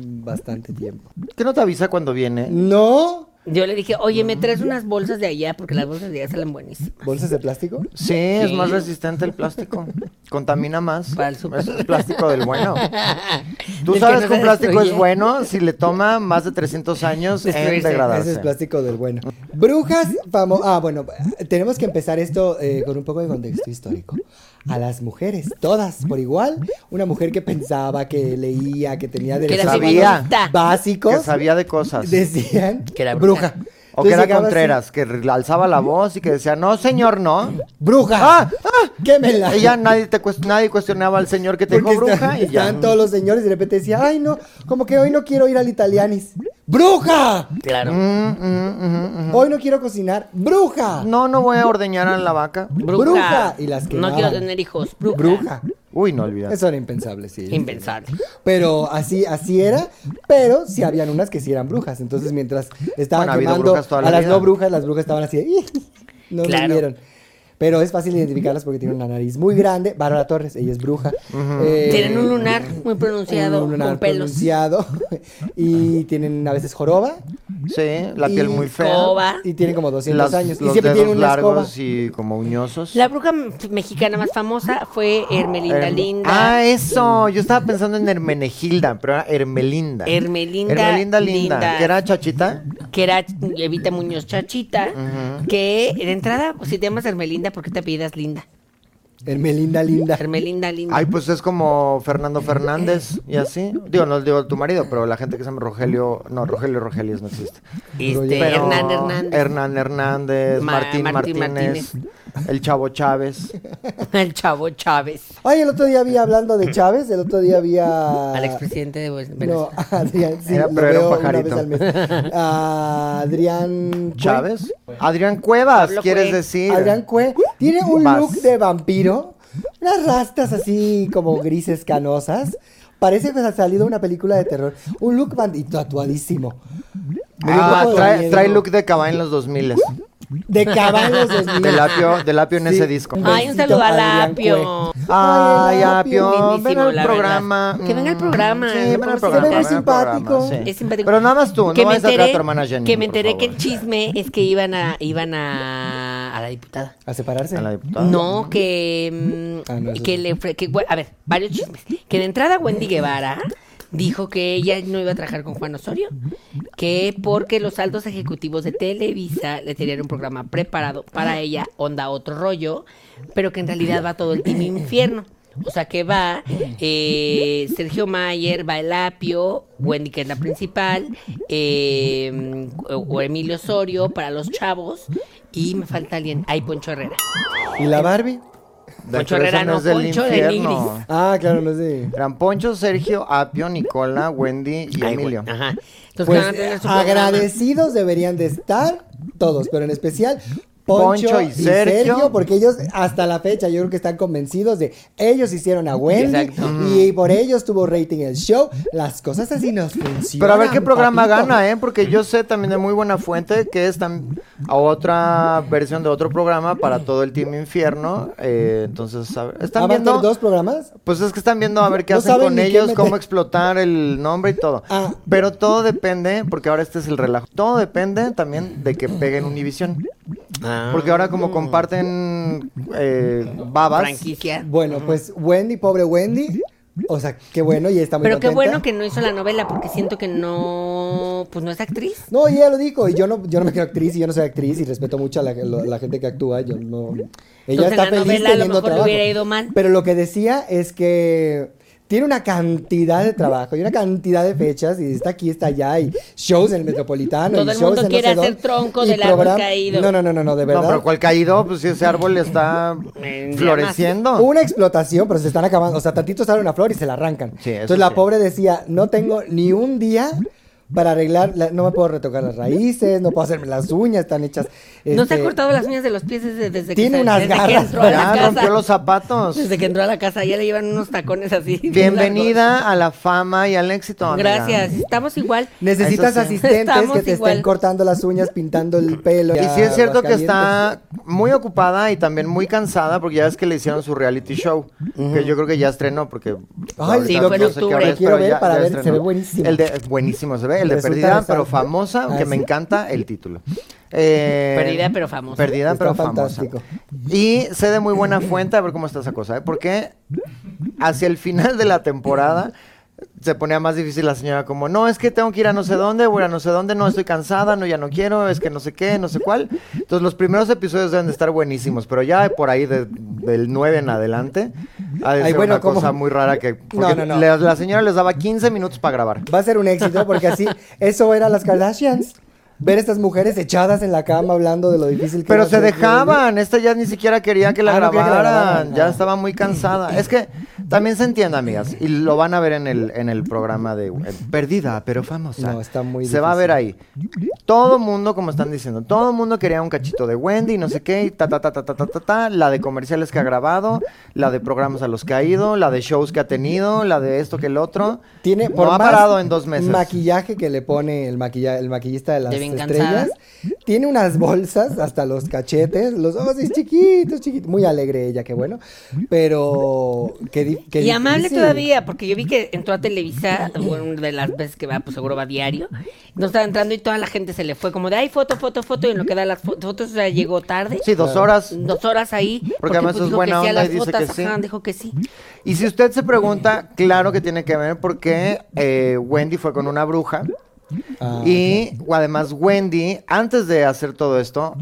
Speaker 1: bastante tiempo.
Speaker 3: ¿Qué no te avisa cuando viene?
Speaker 1: ¿No?
Speaker 2: Yo le dije, oye, me traes unas bolsas de allá, porque las bolsas de allá salen buenísimas.
Speaker 1: ¿Bolsas de plástico?
Speaker 3: Sí, es más resistente el plástico. Contamina más.
Speaker 2: Para el súper.
Speaker 3: Es el plástico
Speaker 2: [laughs]
Speaker 3: del bueno.
Speaker 2: Del
Speaker 3: Tú
Speaker 2: que
Speaker 3: sabes
Speaker 2: no
Speaker 3: que un
Speaker 2: se
Speaker 3: plástico es
Speaker 2: destruye.
Speaker 3: bueno si le toma más de 300 años en
Speaker 1: Ese
Speaker 2: Destruirse.
Speaker 1: es
Speaker 3: degradarse.
Speaker 1: plástico del bueno. Brujas, vamos. Ah, bueno, tenemos que empezar esto eh, con un poco de contexto histórico. A las mujeres, todas por igual, una mujer que pensaba, que leía, que tenía
Speaker 2: Que
Speaker 1: derechos
Speaker 2: era
Speaker 3: Sabía.
Speaker 1: humanos
Speaker 2: feminista.
Speaker 1: básicos,
Speaker 3: Que sabía de cosas.
Speaker 1: decían
Speaker 2: Que era
Speaker 1: bruja.
Speaker 2: bruja.
Speaker 3: O que
Speaker 1: Entonces
Speaker 3: era
Speaker 1: llegaba así,
Speaker 3: Contreras, que re- alzaba la voz y que decía, no, señor, no.
Speaker 1: Bruja.
Speaker 3: ¡Ah! ¡Ah!
Speaker 1: Quémela.
Speaker 3: Y ya nadie, te cues- nadie cuestionaba al señor que te dijo
Speaker 1: Porque está-
Speaker 3: bruja y ya.
Speaker 1: estaban todos los señores y de repente decía, ay no, como que hoy no quiero ir al italianis. ¡Bruja!
Speaker 2: Claro.
Speaker 3: Mm, mm, mm, mm.
Speaker 1: Hoy no quiero cocinar. ¡Bruja!
Speaker 3: No, no voy a ordeñar a la vaca.
Speaker 2: Bruja.
Speaker 1: Bruja. Y las quemaban.
Speaker 2: No quiero tener hijos. Bruja.
Speaker 1: Bruja.
Speaker 3: Uy, no olvidas.
Speaker 1: Eso era impensable, sí.
Speaker 2: Impensable.
Speaker 1: Pero así, así era, pero sí habían unas que sí eran brujas. Entonces, mientras estaban
Speaker 3: Bueno, ha habido
Speaker 1: quemando
Speaker 3: brujas toda la
Speaker 1: a las
Speaker 3: vida.
Speaker 1: no brujas, las brujas estaban así de, "Ih", [laughs] no
Speaker 2: Claro.
Speaker 1: murieron. Pero es fácil identificarlas porque tienen una nariz muy grande. Bárbara Torres, ella es bruja. Eh,
Speaker 2: Tienen un lunar muy pronunciado,
Speaker 1: un lunar
Speaker 2: con pelos.
Speaker 1: pronunciado. [laughs] y tienen a veces joroba.
Speaker 3: Sí, la
Speaker 1: y
Speaker 3: piel muy fea.
Speaker 2: escoba.
Speaker 1: Y tienen como 200
Speaker 3: Las-
Speaker 1: años. Y
Speaker 3: los
Speaker 1: siempre
Speaker 3: dedos
Speaker 1: tienen una
Speaker 3: largos
Speaker 1: escoba.
Speaker 3: y como uñosos.
Speaker 2: La bruja m- mexicana más famosa fue Hermelinda
Speaker 3: Herm-
Speaker 2: Linda.
Speaker 3: Ah, eso. Yo estaba pensando en Hermenegilda, pero era Hermelinda.
Speaker 2: Hermelinda
Speaker 3: Hermelinda Linda.
Speaker 2: Linda.
Speaker 3: Que era chachita.
Speaker 2: que era Evita Muñoz Chachita, que de entrada, pues, si te llamas Hermelinda, ¿por qué te apellidas
Speaker 3: [laughs]
Speaker 2: Linda?
Speaker 1: Hermelinda linda.
Speaker 2: Hermelinda Linda.
Speaker 3: Ay, pues es como Fernando Fernández y así. Digo, no digo tu marido, pero la gente que se llama Rogelio. No, Rogelio Rogelios no existe.
Speaker 2: este,
Speaker 3: Pero-
Speaker 2: Hernán Hernández.
Speaker 3: Hernán Hernández,
Speaker 2: Ma-
Speaker 3: Martín,
Speaker 2: Martín
Speaker 3: Martínez, el Chavo Chávez.
Speaker 2: [laughs] El chavo Chávez.
Speaker 1: Ay, el otro día había hablando de Chávez, el otro día
Speaker 3: Ah.
Speaker 1: había...
Speaker 2: Al expresidente de Venezuela.
Speaker 1: No, [laughs] Adrián, sí,
Speaker 3: Era-
Speaker 1: lo
Speaker 3: pero era un
Speaker 1: veo una
Speaker 3: pajarito.
Speaker 1: vez al mes. A Adrián Cue-
Speaker 3: Chávez. Adrián Cuevas,
Speaker 2: Pablo
Speaker 3: ¿quieres
Speaker 2: Cue-
Speaker 3: decir?
Speaker 1: Adrián Cue tiene un
Speaker 3: Vas.
Speaker 1: look de vampiro, unas rastas así como grises canosas. Parece que ha salido una película de terror. Un look van- y tatuadísimo. Me dio un
Speaker 3: Ah,
Speaker 1: poco de
Speaker 3: trae,
Speaker 1: miedo.
Speaker 3: trae look de Cabá en los 2000
Speaker 1: de caballos
Speaker 3: [laughs] Del apio, del apio en ese disco.
Speaker 2: Ay, un saludo al apio.
Speaker 3: Ay, Apio,
Speaker 2: Lindísimo,
Speaker 3: ven al
Speaker 2: la
Speaker 3: programa.
Speaker 2: verdad. Que venga al
Speaker 3: Mm,
Speaker 2: programa,
Speaker 3: Sí,
Speaker 2: no
Speaker 3: ven al
Speaker 2: podemos
Speaker 3: programa.
Speaker 1: evitar.
Speaker 3: ven al
Speaker 1: Simpático.
Speaker 3: programa, sí.
Speaker 2: Es simpático.
Speaker 3: Pero nada más tú, no
Speaker 2: me
Speaker 3: vayas atrás a
Speaker 2: enteré-
Speaker 3: tu hermana Jenny.
Speaker 2: Que me
Speaker 3: por
Speaker 2: enteré que el
Speaker 3: favor.
Speaker 2: chisme es que iban a, iban a, a la diputada.
Speaker 1: A separarse.
Speaker 3: A la diputada.
Speaker 2: No, que. mm,
Speaker 1: Ah, no, eso
Speaker 2: que
Speaker 1: sí.
Speaker 2: le. ofre- que, bueno, a ver, varios chismes. Que de entrada Wendy Guevara dijo que ella no iba a trabajar con Juan Osorio, que porque los altos ejecutivos de Televisa le tenían un programa preparado para ella, onda otro rollo, pero que en realidad va todo el team infierno. O sea que va eh, Sergio Mayer, va el Apio, Wendy que es la principal, eh, o- o Emilio Osorio para los chavos y me falta alguien, ay Poncho Herrera.
Speaker 1: ¿Y la Barbie?
Speaker 3: De
Speaker 2: Poncho
Speaker 3: hecho, esa
Speaker 2: Herrera,
Speaker 3: no
Speaker 2: no,
Speaker 3: es del
Speaker 2: Poncho de
Speaker 3: infierno.
Speaker 2: Nigris.
Speaker 1: Ah, claro, no sé.
Speaker 3: Eran Poncho, Sergio, Apio, Nicola, Wendy y
Speaker 2: Ay,
Speaker 3: Emilio.
Speaker 2: güey, Ah, Ajá. Entonces,
Speaker 1: Pues
Speaker 2: van a tener su programa.
Speaker 1: agradecidos deberían de estar todos, pero en especial Poncho,
Speaker 3: Poncho y
Speaker 1: y, Sergio,
Speaker 3: Sergio,
Speaker 1: porque ellos hasta la fecha yo creo que están convencidos de ellos hicieron a Wendy
Speaker 2: Exacto.
Speaker 1: y
Speaker 3: Mm.
Speaker 1: por ellos tuvo rating el show. Las cosas así nos funcionan.
Speaker 3: Pero a ver qué programa gana, ¿eh? Porque yo sé también de muy buena fuente que es tam- a otra versión de otro programa para todo el Team Infierno. eh, entonces, a ver,
Speaker 1: ¿Están
Speaker 3: están viendo...
Speaker 1: dos programas?
Speaker 3: Pues es que están viendo a ver qué
Speaker 1: No
Speaker 3: hacen
Speaker 1: saben
Speaker 3: con
Speaker 1: ni qué
Speaker 3: ellos,
Speaker 1: meter.
Speaker 3: cómo explotar el nombre y todo.
Speaker 1: Ah.
Speaker 3: Pero todo depende, porque ahora este es el relajo. Todo depende también de que peguen Univision.
Speaker 2: Ah.
Speaker 3: Porque ahora como comparten eh, babas.
Speaker 2: franquicia.
Speaker 1: Bueno, pues Wendy, pobre Wendy. O sea, qué bueno y está muy
Speaker 2: Pero qué
Speaker 1: contenta.
Speaker 2: bueno que no hizo la novela porque siento que no, pues no es actriz.
Speaker 1: No, y ella lo dijo, y yo no, yo no me creo actriz, y yo no soy actriz, y respeto mucho a la, lo- la gente que actúa, yo no... Ella
Speaker 2: Entonces,
Speaker 1: está
Speaker 2: la
Speaker 1: feliz
Speaker 2: novela a lo
Speaker 1: teniendo
Speaker 2: mejor le
Speaker 1: trabajo.
Speaker 2: hubiera ido mal.
Speaker 1: Pero lo que decía es que tiene una cantidad de trabajo, y una cantidad de fechas, y está aquí, está allá, y shows en el Metropolitano,
Speaker 2: Todo
Speaker 1: y
Speaker 2: el
Speaker 1: shows
Speaker 2: mundo
Speaker 1: en no
Speaker 2: quiere
Speaker 1: sé
Speaker 2: hacer
Speaker 1: dónde,
Speaker 2: tronco
Speaker 1: y
Speaker 2: del árbol
Speaker 1: program-
Speaker 2: caído.
Speaker 1: No, no, no, no, no, de
Speaker 3: No,
Speaker 1: verdad.
Speaker 3: pero cuál caído, pues si ese árbol está
Speaker 2: En
Speaker 3: floreciendo.
Speaker 1: Una explotación, pero se están acabando. O sea, tantito sale una flor y se la arrancan.
Speaker 3: Sí, eso
Speaker 1: Entonces la
Speaker 3: sí.
Speaker 1: pobre decía, no tengo ni un día para arreglar, la- no me puedo retocar las raíces, no puedo hacerme las uñas, están hechas.
Speaker 2: No se ha
Speaker 1: este,
Speaker 2: cortado las uñas de los pies desde, desde que
Speaker 1: Tiene
Speaker 2: se-
Speaker 1: unas
Speaker 2: desde que
Speaker 1: garras.
Speaker 2: entró a la
Speaker 3: Ya
Speaker 2: casa.
Speaker 3: rompió los zapatos.
Speaker 2: Desde que entró a la casa ya le llevan unos tacones
Speaker 1: [laughs]
Speaker 2: así. bien
Speaker 3: Bienvenida a la fama y al éxito.
Speaker 2: largos.
Speaker 3: amiga.
Speaker 2: Gracias. Estamos igual.
Speaker 1: Necesitas
Speaker 3: Eso sí.
Speaker 1: asistentes
Speaker 2: Estamos
Speaker 1: que te
Speaker 2: igual.
Speaker 1: estén cortando las uñas, pintando el pelo.
Speaker 3: Y sí es cierto que está muy ocupada y también muy cansada porque ya ves que le hicieron su reality show, que yo creo que ya estrenó porque
Speaker 1: Ay,
Speaker 3: ahorita
Speaker 2: sí, fue en octubre.
Speaker 3: hora
Speaker 1: Lo
Speaker 3: es,
Speaker 1: quiero
Speaker 3: pero
Speaker 1: ver
Speaker 3: ya-
Speaker 1: para
Speaker 3: ya
Speaker 1: ver, se
Speaker 3: estrenó.
Speaker 1: ve buenísimo.
Speaker 3: El de buenísimo se ve, el de
Speaker 1: Resulta
Speaker 3: Perdida pero
Speaker 1: besante.
Speaker 3: famosa,
Speaker 1: Ah,
Speaker 3: que me
Speaker 1: sí.
Speaker 3: encanta el título.
Speaker 1: [laughs]
Speaker 3: Eh,
Speaker 2: Perdida, pero famosa.
Speaker 3: Perdida
Speaker 1: Está
Speaker 3: pero
Speaker 1: fantástico.
Speaker 3: famosa. Y sé de muy buena fuente a ver cómo está esa cosa, ¿eh? porque hacia el final de la temporada se ponía más difícil la señora como, no, es que tengo que ir a no sé dónde, voy a no sé dónde, no, estoy cansada, no, ya no quiero, es que no sé qué, no sé cuál. Entonces los primeros episodios deben de estar buenísimos, pero ya por ahí de- del 9 en adelante ha de
Speaker 1: Ay,
Speaker 3: ser
Speaker 1: bueno,
Speaker 3: una
Speaker 1: ¿cómo?
Speaker 3: cosa muy rara que... porque
Speaker 1: no, no.
Speaker 3: le- la señora les daba 15 minutos para grabar.
Speaker 1: Va a ser un éxito porque así, eso era las Kardashians. Ver estas mujeres echadas en la cama hablando de lo difícil que
Speaker 3: Pero
Speaker 1: era
Speaker 3: se
Speaker 1: ser-
Speaker 3: dejaban, esta ya ni siquiera quería que la
Speaker 1: Ah, no quería que la
Speaker 3: grabaran,
Speaker 1: grabaran,
Speaker 3: ya
Speaker 1: ah.
Speaker 3: estaba muy cansada. Es que también se entiende, amigas, y lo van a ver en el, en el programa de eh, Perdida, pero famosa.
Speaker 1: No, está muy
Speaker 3: Se va a
Speaker 1: difícil.
Speaker 3: ver ahí. Todo mundo, como están diciendo, todo mundo quería un cachito de Wendy, no sé qué, y ta, ta, ta, ta, ta, ta, ta, ta, la de comerciales que ha grabado, la de programas a los que ha ido, la de shows que ha tenido, la de esto que el otro.
Speaker 1: Tiene
Speaker 3: No
Speaker 1: por
Speaker 3: ha
Speaker 1: más
Speaker 3: parado en dos meses.
Speaker 1: Maquillaje que le pone el maquilla- el maquillista de las
Speaker 2: De bien
Speaker 1: estrellas. Tiene unas bolsas hasta los cachetes, los ojos así chiquitos, chiquitos, muy alegre ella, qué bueno. Pero qué di- qué
Speaker 2: y amable
Speaker 1: difícil.
Speaker 2: todavía, porque yo vi que entró a Televisa, bueno, una de las veces que va, pues seguro va diario. No estaba entrando y toda la gente se le fue como de, ay, foto, foto, foto, y en lo que da las fo- fotos, o sea, llegó tarde.
Speaker 3: Sí, dos horas.
Speaker 2: Dos horas ahí. Porque, pues,
Speaker 3: además es
Speaker 2: dijo
Speaker 3: buena
Speaker 2: que sí a
Speaker 3: onda
Speaker 2: las
Speaker 3: y dice que
Speaker 2: fotos,
Speaker 3: sí.
Speaker 2: ajá, dijo que sí.
Speaker 3: Y si usted se pregunta, claro que tiene que ver porque eh, Wendy fue con una bruja.
Speaker 1: Ah,
Speaker 3: y además Wendy, antes de hacer todo esto,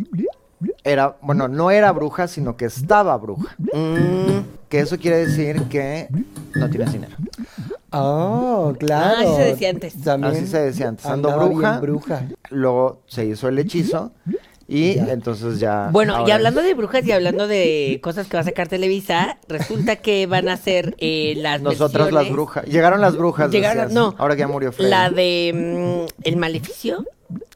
Speaker 3: era, bueno, no era bruja, sino que estaba bruja.
Speaker 2: Mm.
Speaker 3: Que eso quiere decir que no tienes dinero.
Speaker 1: Oh, claro.
Speaker 2: Ah, así se decía antes.
Speaker 1: También
Speaker 3: Así se decía antes. Ando
Speaker 1: andaba
Speaker 3: bruja,
Speaker 1: bien bruja.
Speaker 3: Luego se hizo el hechizo y entonces ya...
Speaker 2: Bueno, y
Speaker 3: Ah, ahora
Speaker 2: hablando
Speaker 3: es-
Speaker 2: de brujas y hablando de cosas que va a sacar Televisa, resulta que van a ser eh, las
Speaker 3: Nosotras las
Speaker 2: versiones-
Speaker 3: brujas. Llegaron las brujas.
Speaker 2: Llegaron-
Speaker 3: decías.
Speaker 2: no.
Speaker 3: Ahora que ya murió Freddy.
Speaker 2: La de mm, El Maleficio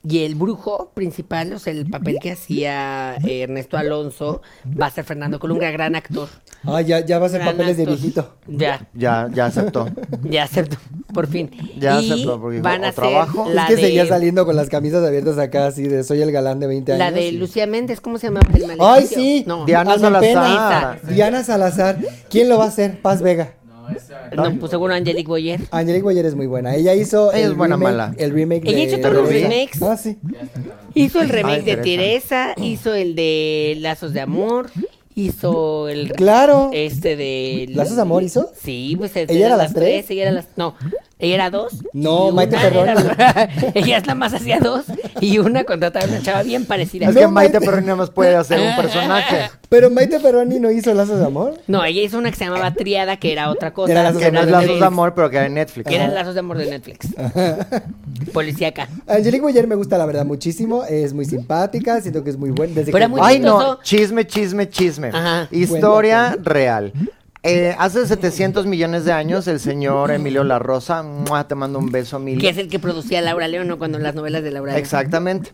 Speaker 2: y el brujo principal, o sea, el papel que hacía eh, Ernesto Alonso, va a ser Fernando Colunga, gran actor.
Speaker 1: Ah, ya, ya va a ser
Speaker 2: gran
Speaker 1: papeles de
Speaker 2: actor.
Speaker 1: viejito.
Speaker 2: Ya,
Speaker 3: Ya,
Speaker 2: [laughs]
Speaker 3: ya aceptó.
Speaker 2: ya acepto, por fin.
Speaker 3: Ya
Speaker 2: Y
Speaker 3: aceptó, porque dijo,
Speaker 2: van
Speaker 3: "O
Speaker 2: a ser
Speaker 3: trabajo".
Speaker 2: la
Speaker 1: es que
Speaker 2: de,
Speaker 1: seguía saliendo con las camisas abiertas acá, así de soy el galán de 20
Speaker 2: La
Speaker 1: años.
Speaker 2: de
Speaker 1: y-
Speaker 2: Lucía Méndez, ¿cómo se llamaba? El Maleficio.
Speaker 1: ¡Ay, sí!
Speaker 2: No,
Speaker 3: Diana
Speaker 1: Ana
Speaker 3: Salazar.
Speaker 1: Pena. Diana Salazar. ¿Quién lo va a hacer? Paz Vega.
Speaker 2: no, pues seguro Angelique Boyer.
Speaker 1: Angelique Boyer es muy buena. Ella hizo
Speaker 3: Ella es
Speaker 1: el,
Speaker 3: buena,
Speaker 1: remake,
Speaker 3: mala.
Speaker 1: el remake
Speaker 2: Ella
Speaker 1: de
Speaker 2: hizo todos los
Speaker 1: Teresa.
Speaker 2: remakes.
Speaker 1: Ah, sí.
Speaker 2: Hizo el remake de
Speaker 3: Teresa.
Speaker 2: Teresa, hizo el de Lazos de Amor, hizo el
Speaker 1: Claro.
Speaker 2: este de
Speaker 1: ¿Lazos de Amor hizo?
Speaker 2: Sí, pues
Speaker 1: ¿Ella era las tres?
Speaker 2: ella era las no. Ella era dos.
Speaker 1: No,
Speaker 2: y
Speaker 1: Maite
Speaker 2: una
Speaker 1: Perroni.
Speaker 2: era- Ella es la [laughs] más hacía dos. Y una contrataba a una chava bien parecida.
Speaker 3: Es
Speaker 1: No,
Speaker 3: que Maite
Speaker 1: Maite.
Speaker 3: Perroni nada más puede hacer [laughs] un personaje.
Speaker 1: Pero Maite Perroni no hizo lazos de amor.
Speaker 2: No, ella hizo una que se llamaba Triada, que era otra cosa.
Speaker 1: Era Lazos de
Speaker 3: Que no es
Speaker 1: Amor.
Speaker 3: Lazos de Amor, pero que era en Netflix.
Speaker 2: Que eran lazos de amor de Netflix. Policíaca.
Speaker 1: Angelique Boyer me gusta, la verdad, muchísimo. Es muy simpática, siento que es muy buena. Desde
Speaker 2: Pero
Speaker 1: que-
Speaker 2: era muy
Speaker 3: Ay,
Speaker 2: chistoso.
Speaker 3: no, chisme, chisme, chisme.
Speaker 2: Ajá.
Speaker 3: Historia
Speaker 1: Bueno,
Speaker 3: real. Eh, hace 700 millones de años, el señor Emilio La Rosa, ¡mua! te mando un beso,
Speaker 2: Que
Speaker 3: Emilio.
Speaker 2: es el que producía Laura León, ¿no? Cuando las novelas de Laura León.
Speaker 3: Exactamente.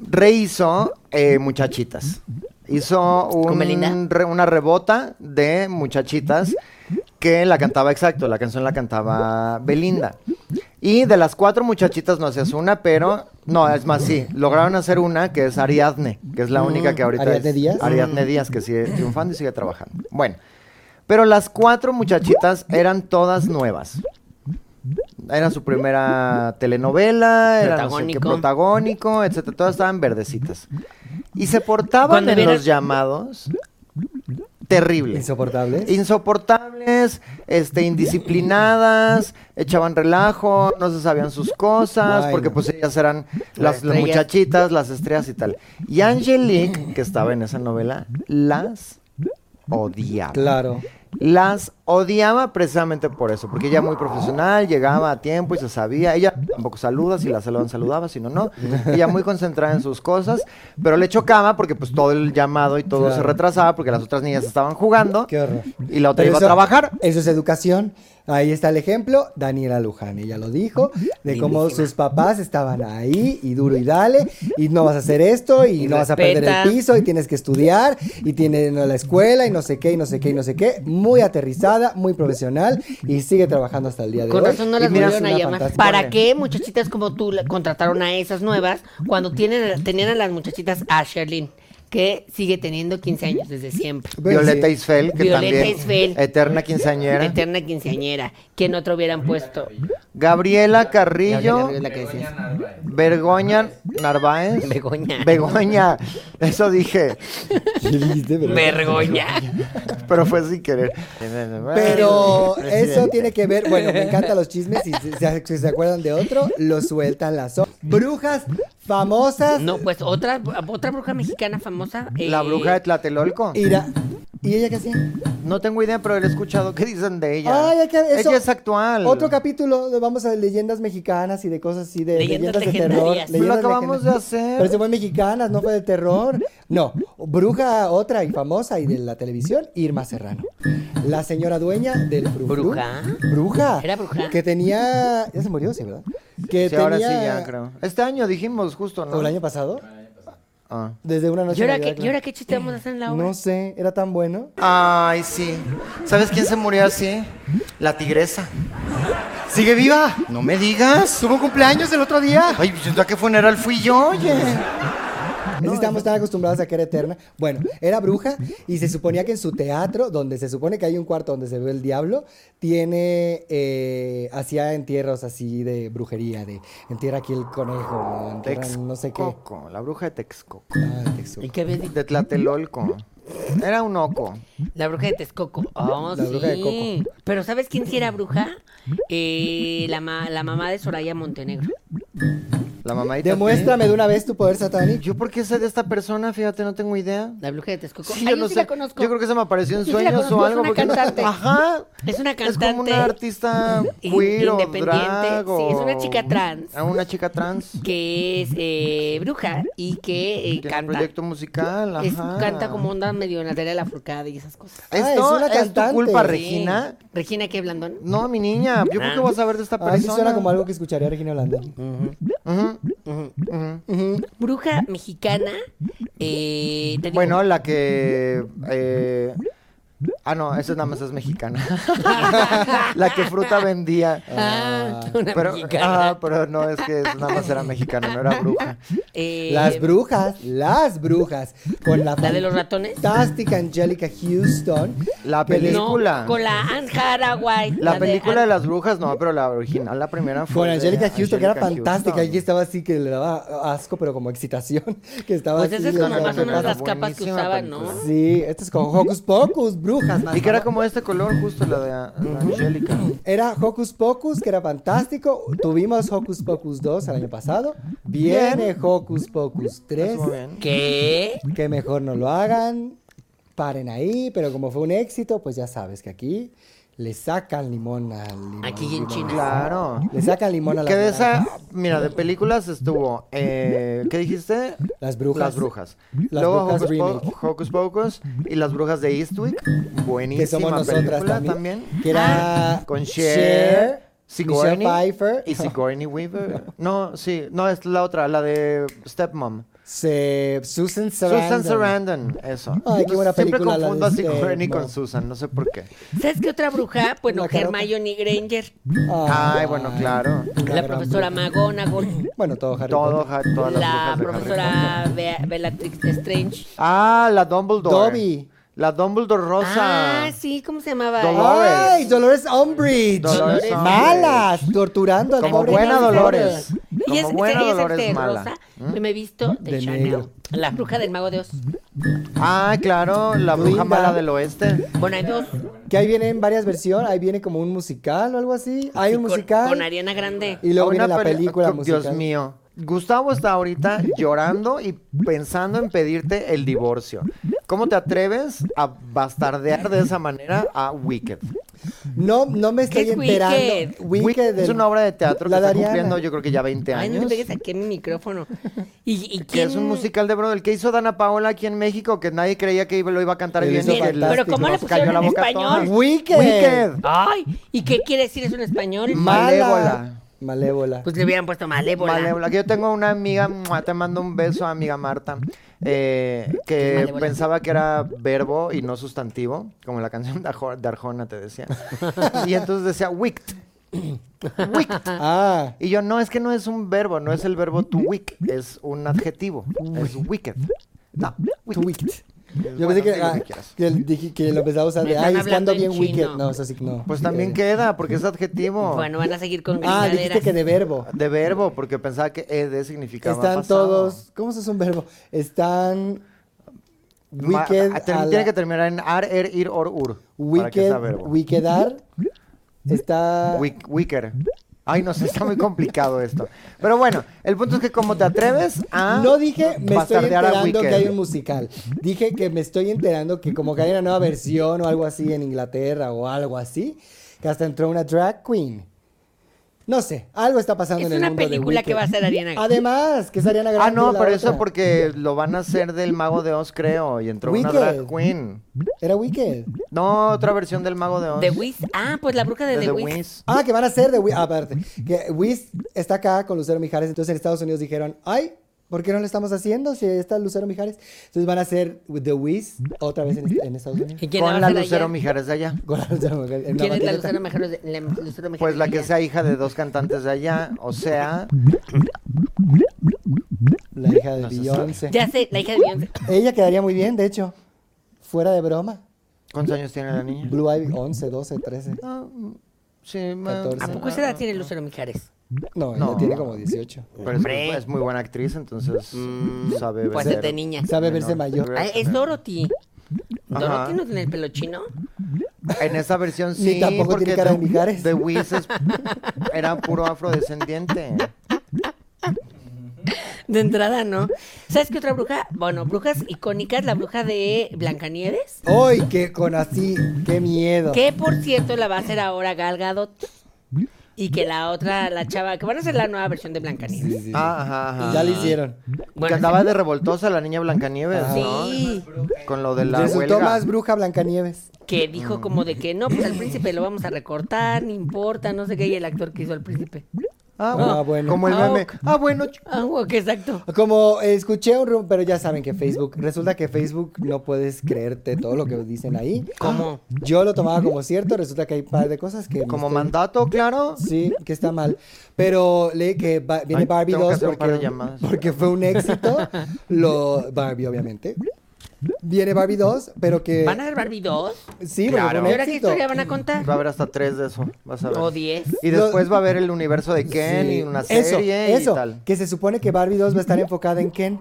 Speaker 3: Rehizo eh, Muchachitas. Hizo un-
Speaker 2: ¿Con Belinda?
Speaker 3: re- una rebota de Muchachitas que la cantaba exacto, la canción la cantaba Belinda. Y de las cuatro muchachitas no hacías una, pero no, es más, sí, lograron hacer una que es Ariadne, que es la única que ahorita
Speaker 1: Mm. ¿Ariadne
Speaker 3: es-
Speaker 1: Díaz? Mm.
Speaker 3: Ariadne Díaz, que sigue triunfando y sigue trabajando. Bueno, pero las cuatro muchachitas eran todas nuevas. Era su primera telenovela, era no sé
Speaker 2: Protagónico.
Speaker 3: qué, protagónico, etcétera. Todas estaban verdecitas. Y se portaban
Speaker 2: Cuando
Speaker 3: en
Speaker 2: hubiera-
Speaker 3: los llamados terribles.
Speaker 1: Insoportables.
Speaker 3: Insoportables, este, indisciplinadas, echaban relajo, no se sabían sus cosas,
Speaker 1: Ay,
Speaker 3: porque
Speaker 1: no.
Speaker 3: pues ellas eran las, las
Speaker 2: estrellas.
Speaker 3: muchachitas, las estrellas y tal. Y Angelique, que estaba en esa novela, las odiaba.
Speaker 1: Claro.
Speaker 3: Las odiaba precisamente por eso, porque ella muy profesional, llegaba a tiempo y se sabía. Ella tampoco saluda, si la saludan, saludaba, si no, no. Ella muy concentrada en sus cosas, pero le chocaba porque pues todo el llamado y todo
Speaker 1: Claro.
Speaker 3: se retrasaba porque las otras niñas estaban jugando
Speaker 1: Qué horror.
Speaker 3: y la otra
Speaker 1: Pero
Speaker 3: iba
Speaker 1: eso-
Speaker 3: a trabajar.
Speaker 1: Eso es educación. Ahí está el ejemplo. Daniela Luján, ella lo dijo, de cómo sus papás estaban ahí y duro y dale, y no vas a hacer esto, y,
Speaker 2: Y
Speaker 1: no vas a
Speaker 2: respeta.
Speaker 1: perder el piso, y tienes que estudiar, y tienes la escuela, y no sé qué, y no sé qué, y no sé qué. Muy aterrizada, muy profesional, y sigue trabajando hasta el día de
Speaker 2: Con
Speaker 1: hoy.
Speaker 2: razón no
Speaker 1: Y
Speaker 2: las
Speaker 1: mira,
Speaker 2: volvieron a
Speaker 1: es una
Speaker 2: llamar.
Speaker 1: fantástica-
Speaker 2: ¿Para qué muchachitas como tú la- contrataron a esas nuevas cuando tienen, tenían a las muchachitas a Sherlyn, que sigue teniendo 15 años desde siempre?
Speaker 1: Bueno,
Speaker 3: Violeta
Speaker 1: sí.
Speaker 3: Isfel, que
Speaker 2: Violeta
Speaker 3: también
Speaker 2: Isfel.
Speaker 3: eterna quinceañera.
Speaker 2: Eterna quinceañera. ¿Quién otro hubieran puesto?
Speaker 3: Gabriela
Speaker 2: Ya, ya,
Speaker 3: Carrillo,
Speaker 2: ya, la que decías.
Speaker 3: Begoña Narváez.
Speaker 2: Begoña.
Speaker 3: Begoña, eso dije,
Speaker 1: ¿Qué [laughs] dijiste, verdad?
Speaker 2: Vergoña.
Speaker 3: pero fue sin querer. [laughs]
Speaker 1: Pero eso tiene que ver, bueno, me encantan los chismes y si se, si se acuerdan de otro, lo sueltan las so- brujas famosas.
Speaker 2: No, pues otra, otra bruja mexicana famosa. eh,
Speaker 3: La bruja de Tlatelolco.
Speaker 1: Ira- ¿Y ella qué hacía?
Speaker 3: No tengo idea, pero he escuchado qué dicen de ella.
Speaker 1: Ay, hay que- eso-
Speaker 3: Ella es actual.
Speaker 1: Otro capítulo, de- vamos a leyendas mexicanas y de cosas así, de
Speaker 2: Leyendas
Speaker 1: leyendas, de terror.
Speaker 2: legendarias.
Speaker 3: Pues lo
Speaker 1: leyendas
Speaker 3: acabamos de
Speaker 1: legendarias.
Speaker 3: hacer.
Speaker 1: Pero se fue mexicanas, no fue de terror. No, bruja otra y famosa y de la televisión, Irma Serrano. La señora dueña del frufru.
Speaker 2: ¿Bruja?
Speaker 1: Bruja.
Speaker 2: Era bruja.
Speaker 1: Que tenía... Ya se murió, sí, ¿verdad? Que
Speaker 3: Sí, ahora sí
Speaker 1: tenía-
Speaker 3: ya creo. Este año dijimos justo, ¿no?
Speaker 1: ¿O el año pasado?
Speaker 3: Ah.
Speaker 1: Desde una noche
Speaker 2: ¿Y ahora,
Speaker 1: en
Speaker 2: qué,
Speaker 1: Navidad,
Speaker 2: ¿Y ahora qué chiste vamos a hacer en la
Speaker 1: claro.
Speaker 2: obra?
Speaker 1: No sé, era tan bueno.
Speaker 3: Ay, sí. ¿Sabes quién se murió así? La tigresa. ¿Sigue viva? No me digas. Tuvo cumpleaños el otro día. Ay, ¿a qué funeral fui yo, oye?
Speaker 1: [laughs] Es que estamos tan acostumbrados a que era eterna. Bueno, era bruja y se suponía que en su teatro, donde se supone que hay un cuarto donde se ve el diablo, tiene. eh, hacía entierros así de brujería, de entierra aquí el conejo, ¿no? entierra no sé qué.
Speaker 3: Texcoco, la bruja de Texcoco.
Speaker 1: Ah, Texcoco.
Speaker 2: ¿Y qué habías dicho?
Speaker 3: De Tlatelolco. Era un oco.
Speaker 2: La bruja de Texcoco. Oh,
Speaker 1: La
Speaker 2: sí.
Speaker 1: bruja de Coco.
Speaker 2: Pero ¿sabes quién sí era bruja? Eh, la, ma- la mamá de Soraya Montenegro.
Speaker 3: La mamá
Speaker 1: Demuéstrame de una vez tu poder satánico.
Speaker 3: Yo por qué sé de esta persona, fíjate, no tengo idea.
Speaker 2: La bruja de Texcoco.
Speaker 3: Sí,
Speaker 2: Ah,
Speaker 3: yo no
Speaker 2: sí
Speaker 3: sé.
Speaker 2: la conozco.
Speaker 3: Yo creo que se me apareció en
Speaker 2: Yo sí la
Speaker 3: sueños
Speaker 2: conozco,
Speaker 3: o
Speaker 2: es
Speaker 3: algo.
Speaker 2: una
Speaker 3: porque-
Speaker 2: cantante.
Speaker 3: Ajá.
Speaker 2: Es una
Speaker 3: Es como
Speaker 2: cantante.
Speaker 3: una artista
Speaker 2: [laughs] In-
Speaker 3: queer o
Speaker 2: independiente.
Speaker 3: drag
Speaker 2: Sí, es una
Speaker 3: o-
Speaker 2: chica trans.
Speaker 3: Ah, una chica trans.
Speaker 2: que es eh, bruja [laughs] y que eh,
Speaker 3: Tiene un
Speaker 2: canta.
Speaker 3: proyecto musical, ajá.
Speaker 2: Es- canta como onda medio Natalia la furcada y esas cosas.
Speaker 1: Ah, es
Speaker 3: Esto
Speaker 1: una
Speaker 3: es, tu
Speaker 1: cantante.
Speaker 3: culpa,
Speaker 1: Sí.
Speaker 3: Regina.
Speaker 2: Sí. Regina que Blandón.
Speaker 3: No, mi niña, yo creo que vas a ver de esta
Speaker 1: Ah, sí
Speaker 3: persona.
Speaker 1: suena como algo que escucharía Regina Holanda.
Speaker 3: Ujú.
Speaker 2: Bruja mexicana. eh, te digo-
Speaker 3: Bueno, la que. eh, Ah, no, esa nada más es mexicana. [laughs] la que fruta vendía.
Speaker 2: Ah, [laughs] una
Speaker 3: pero,
Speaker 2: mexicana.
Speaker 3: ah, pero no, es que es- nada más era mexicana,
Speaker 2: [laughs]
Speaker 3: no era bruja.
Speaker 2: Eh,
Speaker 1: Las brujas, las brujas. Con la,
Speaker 2: ¿La de los ratones?
Speaker 1: Fantástica Angelica Houston.
Speaker 3: La
Speaker 1: que les-
Speaker 2: no,
Speaker 3: película.
Speaker 2: con la Anne Haraway.
Speaker 3: La, película de,
Speaker 2: Anne-
Speaker 3: las brujas, no, pero la original, la primera fue.
Speaker 1: Con
Speaker 3: de
Speaker 1: Angélica Houston, que era
Speaker 3: Angélica
Speaker 1: fantástica.
Speaker 3: Houston.
Speaker 1: Ella estaba así que le daba asco, pero como excitación. [laughs] Que estaba
Speaker 2: Pues
Speaker 1: así,
Speaker 2: esa es
Speaker 1: le
Speaker 2: como
Speaker 1: daba
Speaker 2: más o menos
Speaker 1: pena.
Speaker 2: las capas que
Speaker 3: Buenísima
Speaker 2: usaban, ¿no?
Speaker 3: película.
Speaker 1: Sí, esto es con este Hocus Pocus, brujas más, más.
Speaker 3: Y que era
Speaker 1: más.
Speaker 3: como este color, justo la de la Angélica.
Speaker 1: Era Hocus Pocus, que era fantástico. Tuvimos Hocus Pocus 2 el año pasado.
Speaker 3: Bien.
Speaker 1: Viene Hocus Pocus 3.
Speaker 3: Estuvo bien.
Speaker 2: ¿Qué?
Speaker 1: Que mejor no lo hagan. Paren ahí, pero como fue un éxito, pues ya sabes que aquí le sacan limón al limón.
Speaker 2: Aquí en China.
Speaker 3: Claro.
Speaker 1: Le sacan limón a las
Speaker 3: Que de esa,
Speaker 1: naranjas.
Speaker 3: mira, de películas estuvo, eh, ¿qué dijiste?
Speaker 1: Las brujas.
Speaker 3: Las brujas.
Speaker 1: Las
Speaker 3: Luego
Speaker 1: brujas
Speaker 3: Hocus, Po-
Speaker 1: remake.
Speaker 3: Hocus Pocus y Las brujas de Eastwick. Buenísima
Speaker 1: Que somos nosotras
Speaker 3: película
Speaker 1: también,
Speaker 3: también. Ah,
Speaker 1: Que era
Speaker 3: Con Cher,
Speaker 1: Michelle
Speaker 3: Sigourney
Speaker 1: Pfeiffer.
Speaker 3: y Sigourney Weaver. No, sí, no, es la otra, la de Stepmom.
Speaker 1: [laughs] se- Susan Sarandon.
Speaker 3: Susan Sarandon, eso.
Speaker 1: Ay, qué buena
Speaker 3: Siempre
Speaker 1: película la
Speaker 3: confundo a
Speaker 1: de
Speaker 3: Sigourney
Speaker 1: Stepmom.
Speaker 3: con Susan, no sé por qué.
Speaker 2: ¿Sabes qué otra bruja? Bueno,
Speaker 1: La carota.
Speaker 2: Hermione Granger.
Speaker 1: Ah.
Speaker 3: Ay, bueno, claro.
Speaker 1: una
Speaker 2: La
Speaker 1: gran
Speaker 2: profesora
Speaker 1: bruja.
Speaker 2: McGonagall.
Speaker 1: Bueno, todo Harry
Speaker 3: Todo,
Speaker 1: Potter.
Speaker 3: ja- todas las
Speaker 2: La
Speaker 3: brujas de Harry Potter.
Speaker 2: profesora Bea- Bellatrix Strange.
Speaker 3: Ah, la Dumbledore.
Speaker 1: Dobby.
Speaker 3: La Dumbledore Rosa.
Speaker 2: Ah, sí, ¿cómo se llamaba?
Speaker 3: Dolores.
Speaker 1: Ay, Dolores Umbridge. Eh,
Speaker 3: Dolores Umbridge.
Speaker 1: Malas, torturando al
Speaker 3: Como
Speaker 1: pobre
Speaker 3: buena
Speaker 1: niño.
Speaker 3: Dolores.
Speaker 2: Ella
Speaker 3: Como
Speaker 2: es,
Speaker 3: buena
Speaker 2: ella es
Speaker 3: Dolores
Speaker 2: este,
Speaker 3: mala. ¿Mm?
Speaker 2: rosa. Yo me he visto de,
Speaker 1: De
Speaker 2: Chanel.
Speaker 1: negro.
Speaker 2: La bruja del mago de Oz.
Speaker 3: Ah, claro, la bruja
Speaker 1: Glinda.
Speaker 3: mala del oeste.
Speaker 2: Bueno, hay dos.
Speaker 1: Que ahí vienen varias versiones, ahí viene como un musical o algo así. Hay un
Speaker 2: Con-
Speaker 1: musical.
Speaker 2: Con, Ariana Grande.
Speaker 1: Y luego
Speaker 3: Una
Speaker 1: viene la
Speaker 3: peli-
Speaker 1: película
Speaker 3: Dios
Speaker 1: musical.
Speaker 3: mío. Gustavo está ahorita llorando y pensando en pedirte el divorcio. ¿Cómo te atreves a bastardear de esa manera a Wicked?
Speaker 1: No, no me estoy
Speaker 2: ¿Qué es
Speaker 1: enterando.
Speaker 2: Wicked?
Speaker 1: Wicked
Speaker 3: es
Speaker 1: del-
Speaker 3: una obra de teatro que
Speaker 1: la
Speaker 3: está
Speaker 1: Ariana.
Speaker 3: cumpliendo yo creo que ya 20
Speaker 2: Ay, no
Speaker 3: años.
Speaker 2: me pegues aquí en mi micrófono. ¿Y, y
Speaker 3: que
Speaker 2: quién?
Speaker 3: es un musical de Broadway que hizo Dana Paola aquí en México que nadie creía que iba- lo iba a cantar
Speaker 1: Él
Speaker 3: bien
Speaker 1: hizo
Speaker 3: y que
Speaker 1: fantástico.
Speaker 2: Pero ¿cómo le
Speaker 3: nos cayó
Speaker 2: pusieron
Speaker 3: la
Speaker 2: en
Speaker 3: boca a
Speaker 2: español?
Speaker 3: todos.
Speaker 1: Wicked.
Speaker 3: Wicked.
Speaker 2: Ay, ¿y qué quiere decir eso en español?
Speaker 1: Mala.
Speaker 3: Malévola.
Speaker 1: Malévola.
Speaker 2: Pues le hubieran puesto malévola.
Speaker 3: Malévola, que yo tengo una amiga, ¡mua! te mando un beso, amiga Marta, eh, que
Speaker 2: Malévola.
Speaker 3: pensaba que era verbo y no sustantivo, como la canción de Arjo- de Arjona te decía.
Speaker 1: [laughs]
Speaker 3: y entonces decía wicked. Wicked.
Speaker 1: Ah,
Speaker 3: Y yo, no, es que no es un verbo, no es el verbo to wick, es un adjetivo, es wicked. No, wicked.
Speaker 1: Wicked. Yo
Speaker 3: Bueno,
Speaker 1: pensé que,
Speaker 3: sí, lo
Speaker 1: ah,
Speaker 3: que quieras.
Speaker 1: que, el- dije que lo empezaba a usar
Speaker 2: Me
Speaker 1: de,
Speaker 2: están
Speaker 1: ay, es que ando
Speaker 2: hablando en
Speaker 1: bien Wicked.
Speaker 2: chino.
Speaker 1: No, eso sí que no.
Speaker 3: Pues también queda, porque es adjetivo.
Speaker 2: Bueno, van a seguir con
Speaker 1: Ah, dijiste
Speaker 2: gritaderas.
Speaker 1: que de verbo.
Speaker 3: De verbo, porque pensaba que ed significaba
Speaker 1: Están
Speaker 3: pasado.
Speaker 1: todos. ¿Cómo se hace un verbo? Están.
Speaker 3: Ma-
Speaker 1: Wicked.
Speaker 3: a-
Speaker 1: a
Speaker 3: ter-
Speaker 1: la-
Speaker 3: Tiene que terminar en ar, er, ir, or, ur. para que
Speaker 1: Wicked.
Speaker 3: sea verbo.
Speaker 1: Wickedar. Está.
Speaker 3: Wick- wicker. Ay, no sé, está muy complicado esto. Pero bueno, el punto es que como te atreves a...
Speaker 1: No dije me estoy
Speaker 3: Ah, bastardear a
Speaker 1: enterando que
Speaker 3: Wicked.
Speaker 1: hay un musical. Dije que me estoy enterando que como que hay una nueva versión o algo así en Inglaterra o algo así, que hasta entró una drag queen. No sé, algo está pasando
Speaker 2: Es
Speaker 1: en el
Speaker 2: una
Speaker 1: mundo de
Speaker 2: película
Speaker 1: Wicked.
Speaker 2: que
Speaker 1: Ah,
Speaker 2: va a hacer Ariana Grande.
Speaker 1: Además, que es Ariana Grande.
Speaker 3: Ah, no,
Speaker 1: la
Speaker 3: pero eso
Speaker 1: otra.
Speaker 3: porque lo van a hacer del Mago de Oz, creo, y entró
Speaker 1: Wicked.
Speaker 3: una drag queen.
Speaker 1: Era Wicked.
Speaker 3: No, otra versión del Mago de Oz.
Speaker 2: The Wiz. Ah, pues la bruja de,
Speaker 3: De
Speaker 2: The
Speaker 3: The
Speaker 2: Wiz.
Speaker 3: Wiz.
Speaker 1: Ah, que van a ser de Wiz. Aparte, que Wiz está acá con Lucero Mijares. Entonces en Estados Unidos dijeron, ay, ¿por qué no lo estamos haciendo si está Lucero Mijares? Entonces van a hacer The Wiz otra vez en, en Estados Unidos.
Speaker 2: ¿Y quién
Speaker 3: Con
Speaker 2: va
Speaker 3: la
Speaker 2: a ser
Speaker 3: Lucero
Speaker 2: allá?
Speaker 3: Mijares de allá.
Speaker 1: Con la Lucero Mijares. en una
Speaker 2: ¿Quién es la
Speaker 1: maquineta.
Speaker 2: Lucero Mejor de- la Lucero Mejor
Speaker 3: Pues la
Speaker 2: de
Speaker 3: que
Speaker 2: allá?
Speaker 3: sea hija de dos cantantes de allá, o sea,
Speaker 1: La hija de
Speaker 3: No se
Speaker 1: Beyoncé.
Speaker 2: Ya sé, la hija de Beyoncé.
Speaker 1: Ella quedaría muy bien, de hecho. Fuera de broma.
Speaker 3: ¿cuántos años tiene la niña?
Speaker 1: Blue Ivy, 11, 12, 13.
Speaker 3: Ah, sí, ma-
Speaker 1: 14.
Speaker 2: ¿A poco esa edad tiene Lucero Mijares?
Speaker 1: No, ella
Speaker 3: No.
Speaker 1: tiene como 18.
Speaker 3: Pero es, que es muy buena actriz, entonces sabe
Speaker 2: Pues
Speaker 3: ser-
Speaker 2: desde niña.
Speaker 1: Sabe verse
Speaker 3: Menor.
Speaker 1: mayor.
Speaker 2: Ah, es Dorothy.
Speaker 3: Ajá.
Speaker 2: ¿Dorothy no tiene el pelo chino?
Speaker 3: En esa versión sí,
Speaker 1: Ni tampoco
Speaker 3: porque
Speaker 1: tiene cara de
Speaker 3: The-
Speaker 1: Mijares.
Speaker 3: The Wiz es- era puro afrodescendiente.
Speaker 2: De entrada, ¿no? ¿Sabes qué otra bruja? Bueno, brujas icónicas, la bruja de Blancanieves.
Speaker 1: ¡Ay, qué con así! ¡Qué miedo!
Speaker 2: Que por cierto la va a hacer ahora Gal Gadot. Y que la otra, la chava, que van a hacer la nueva versión de Blancanieves.
Speaker 1: Sí, sí.
Speaker 3: Ah, ajá, ajá.
Speaker 1: Ya lo hicieron.
Speaker 2: Bueno,
Speaker 3: que andaba de revoltosa la niña Blancanieves,
Speaker 1: Ajá.
Speaker 3: ¿no?
Speaker 2: Sí.
Speaker 3: Con lo de la
Speaker 1: Resultó
Speaker 3: huelga.
Speaker 1: más bruja Blancanieves.
Speaker 2: que dijo como de que no, pues al príncipe lo vamos a recortar, no importa, no sé qué, y el actor que hizo al príncipe.
Speaker 3: Ah,
Speaker 1: Ah, bueno.
Speaker 3: bueno. Como el
Speaker 2: Ah,
Speaker 3: meme.
Speaker 2: ok.
Speaker 3: Ah, bueno. ch-
Speaker 2: Ah, ok, exacto.
Speaker 1: Como eh, escuché un rumor, pero ya saben que Facebook, resulta que Facebook no puedes creerte todo lo que dicen ahí.
Speaker 2: ¿Cómo?
Speaker 1: Yo lo tomaba como cierto, resulta que hay un par de cosas que... me
Speaker 3: Como
Speaker 1: estoy-
Speaker 3: mandato, claro.
Speaker 1: Sí, que está mal. Pero lee que ba- viene
Speaker 3: Ay,
Speaker 1: Barbie
Speaker 3: tengo que
Speaker 1: 2
Speaker 3: hacer un par de
Speaker 1: porque,
Speaker 3: llamadas.
Speaker 1: porque fue un éxito. lo Barbie, obviamente. Viene Barbie 2, pero que.
Speaker 2: ¿Van a ver Barbie 2?
Speaker 1: Sí,
Speaker 3: Eh,
Speaker 1: pero fue
Speaker 2: ¿Y
Speaker 3: Claro.
Speaker 1: un
Speaker 2: ahora qué
Speaker 1: éxito.
Speaker 2: historia van a contar?
Speaker 3: Va a haber hasta tres de eso. Vas a ver.
Speaker 2: ¿O 10?
Speaker 3: Y
Speaker 1: Lo-
Speaker 3: después va a haber el universo de Ken
Speaker 1: Sí.
Speaker 3: y una
Speaker 1: Eso,
Speaker 3: serie
Speaker 1: eso,
Speaker 3: y tal.
Speaker 1: Que se supone que Barbie 2 va a estar enfocada en Ken.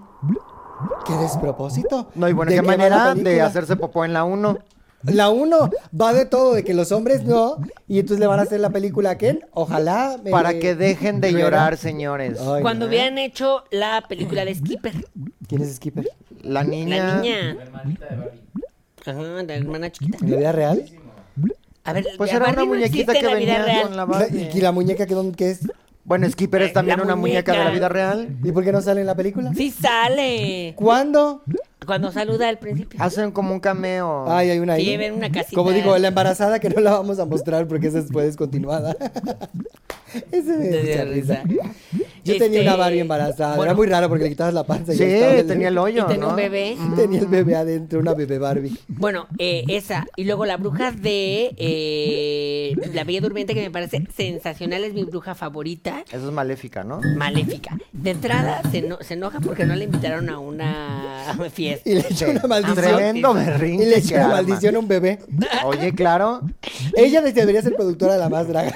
Speaker 1: ¡Qué despropósito!
Speaker 3: No, y bueno,
Speaker 1: ¿De
Speaker 3: qué
Speaker 1: va la
Speaker 3: manera de
Speaker 1: película?
Speaker 3: hacerse popó en la 1.
Speaker 1: La uno va de todo, de que los hombres no, y entonces le van a hacer la película a Ken. Ojalá. eh, me-
Speaker 3: Para que dejen de
Speaker 1: Vera.
Speaker 3: llorar, señores.
Speaker 1: Ay,
Speaker 2: Cuando
Speaker 1: no.
Speaker 2: hubieran hecho la película de Skipper,
Speaker 1: ¿Quién es Skipper?
Speaker 3: La niña.
Speaker 2: la niña. Ajá, la hermana chiquita.
Speaker 1: ¿En la vida real?
Speaker 2: A ver,
Speaker 3: Pues
Speaker 2: a
Speaker 3: era
Speaker 2: Barbie
Speaker 3: una
Speaker 2: no
Speaker 3: muñequita
Speaker 2: existe
Speaker 3: que
Speaker 2: en la vida
Speaker 3: venía
Speaker 2: real.
Speaker 3: con la Barbie.
Speaker 1: ¿Y la muñeca que, dónde- que es?
Speaker 3: Bueno, Skipper es también
Speaker 2: Eh, La
Speaker 3: una muñeca de la
Speaker 2: muñeca.
Speaker 3: vida real.
Speaker 1: ¿Y por qué no sale en la película?
Speaker 2: Sí sale.
Speaker 1: ¿Cuándo?
Speaker 2: Cuando saluda al principio.
Speaker 3: Hacen como un cameo.
Speaker 1: Ay, hay una ahí.
Speaker 2: Sí, ven una casita.
Speaker 1: Como digo, la embarazada que no la vamos a mostrar porque esa es pues, descontinuada. [laughs]
Speaker 2: [laughs]
Speaker 1: Ese me
Speaker 2: Te
Speaker 1: da
Speaker 2: dio
Speaker 1: mucha risa.
Speaker 2: risa.
Speaker 1: Yo
Speaker 2: Este,
Speaker 1: tenía una Barbie embarazada.
Speaker 2: bueno,
Speaker 1: Era muy raro porque le quitabas la panza. y
Speaker 3: sí,
Speaker 1: ahí estaba el-
Speaker 3: tenía Mm. el hoyo,
Speaker 2: y tenía
Speaker 3: ¿no?
Speaker 2: un bebé.
Speaker 1: [laughs] Tenía el bebé adentro, una bebé Barbie.
Speaker 2: Bueno, eh, esa. Y luego la bruja de eh, La Bella Durmiente, que me parece sensacional, es mi bruja favorita.
Speaker 3: Eso es
Speaker 2: [laughs]
Speaker 3: maléfica, ¿no?
Speaker 2: Maléfica. De entrada se, eno- se enoja porque no le invitaron a una [laughs] fiesta.
Speaker 1: Y le echó una maldición.
Speaker 3: Tremendo
Speaker 1: Y
Speaker 3: berrinche.
Speaker 1: le
Speaker 3: que
Speaker 1: echó una
Speaker 3: arma.
Speaker 1: maldición a un bebé.
Speaker 3: Oye, claro.
Speaker 1: Ella debería ser productora de la más
Speaker 2: [laughs]
Speaker 1: draga.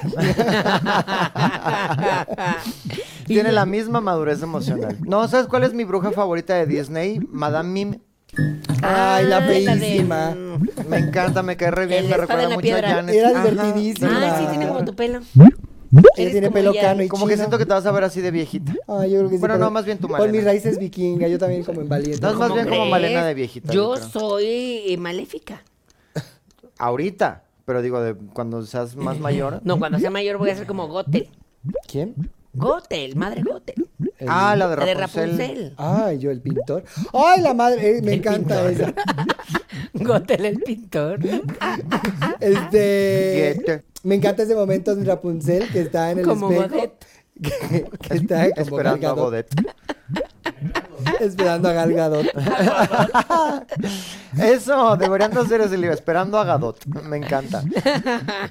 Speaker 2: Ah,
Speaker 1: [laughs]
Speaker 2: Y
Speaker 3: Tiene
Speaker 2: no-
Speaker 3: la misma madurez emocional. No, ¿sabes cuál es mi bruja favorita de Disney? Madame Mim.
Speaker 1: Ay, la
Speaker 2: Ah, de- Mm.
Speaker 1: feísima.
Speaker 3: Me encanta, me cae re bien,
Speaker 2: El
Speaker 3: me
Speaker 2: espada en
Speaker 3: recuerda
Speaker 2: la
Speaker 3: mucho
Speaker 2: piedra.
Speaker 3: a Janet.
Speaker 1: Era
Speaker 3: Ajá,
Speaker 1: divertidísima.
Speaker 2: Ah, sí, tiene como tu pelo.
Speaker 1: Ella
Speaker 2: Eres
Speaker 1: tiene
Speaker 2: como
Speaker 1: pelo
Speaker 2: ella.
Speaker 1: cano y
Speaker 3: Como que
Speaker 1: chino.
Speaker 3: siento que te vas a ver así de viejita.
Speaker 1: Ay, yo creo que sí,
Speaker 3: Bueno,
Speaker 1: pero-
Speaker 3: no, más bien tu
Speaker 1: Por
Speaker 3: Malena.
Speaker 1: mis raíces vikinga, yo también como en valiente.
Speaker 3: No, es más
Speaker 2: ¿Cómo
Speaker 3: bien como
Speaker 2: crees?
Speaker 3: Malena de viejita, yo
Speaker 2: Yo
Speaker 3: creo.
Speaker 2: soy eh, maléfica.
Speaker 3: Ahorita, pero digo, de cuando seas más
Speaker 1: [laughs]
Speaker 3: mayor.
Speaker 2: No, cuando sea mayor voy a ser como Gotel.
Speaker 1: ¿Quién?
Speaker 2: Gotel, madre Gotel.
Speaker 3: Ah, la de
Speaker 2: La de
Speaker 3: Rapunzel.
Speaker 2: Rapunzel. [laughs]
Speaker 1: Ay, yo el pintor. Ay, la madre, eh, me
Speaker 2: El
Speaker 1: encanta esa.
Speaker 2: Gotel el pintor. Ah,
Speaker 1: Este,
Speaker 3: Goethe.
Speaker 1: me encanta ese momento de Rapunzel que está en el
Speaker 2: Como
Speaker 1: espejo.
Speaker 2: Godet.
Speaker 1: Que, [laughs] que está como Gal
Speaker 3: Esperando a
Speaker 1: Gadot,
Speaker 3: Godet.
Speaker 1: Esperando a Gal
Speaker 2: [laughs]
Speaker 1: Gadot.
Speaker 2: Ah,
Speaker 3: Eso, deberían de hacer ese libro, Esperando a Gadot. Me encanta.
Speaker 2: ah,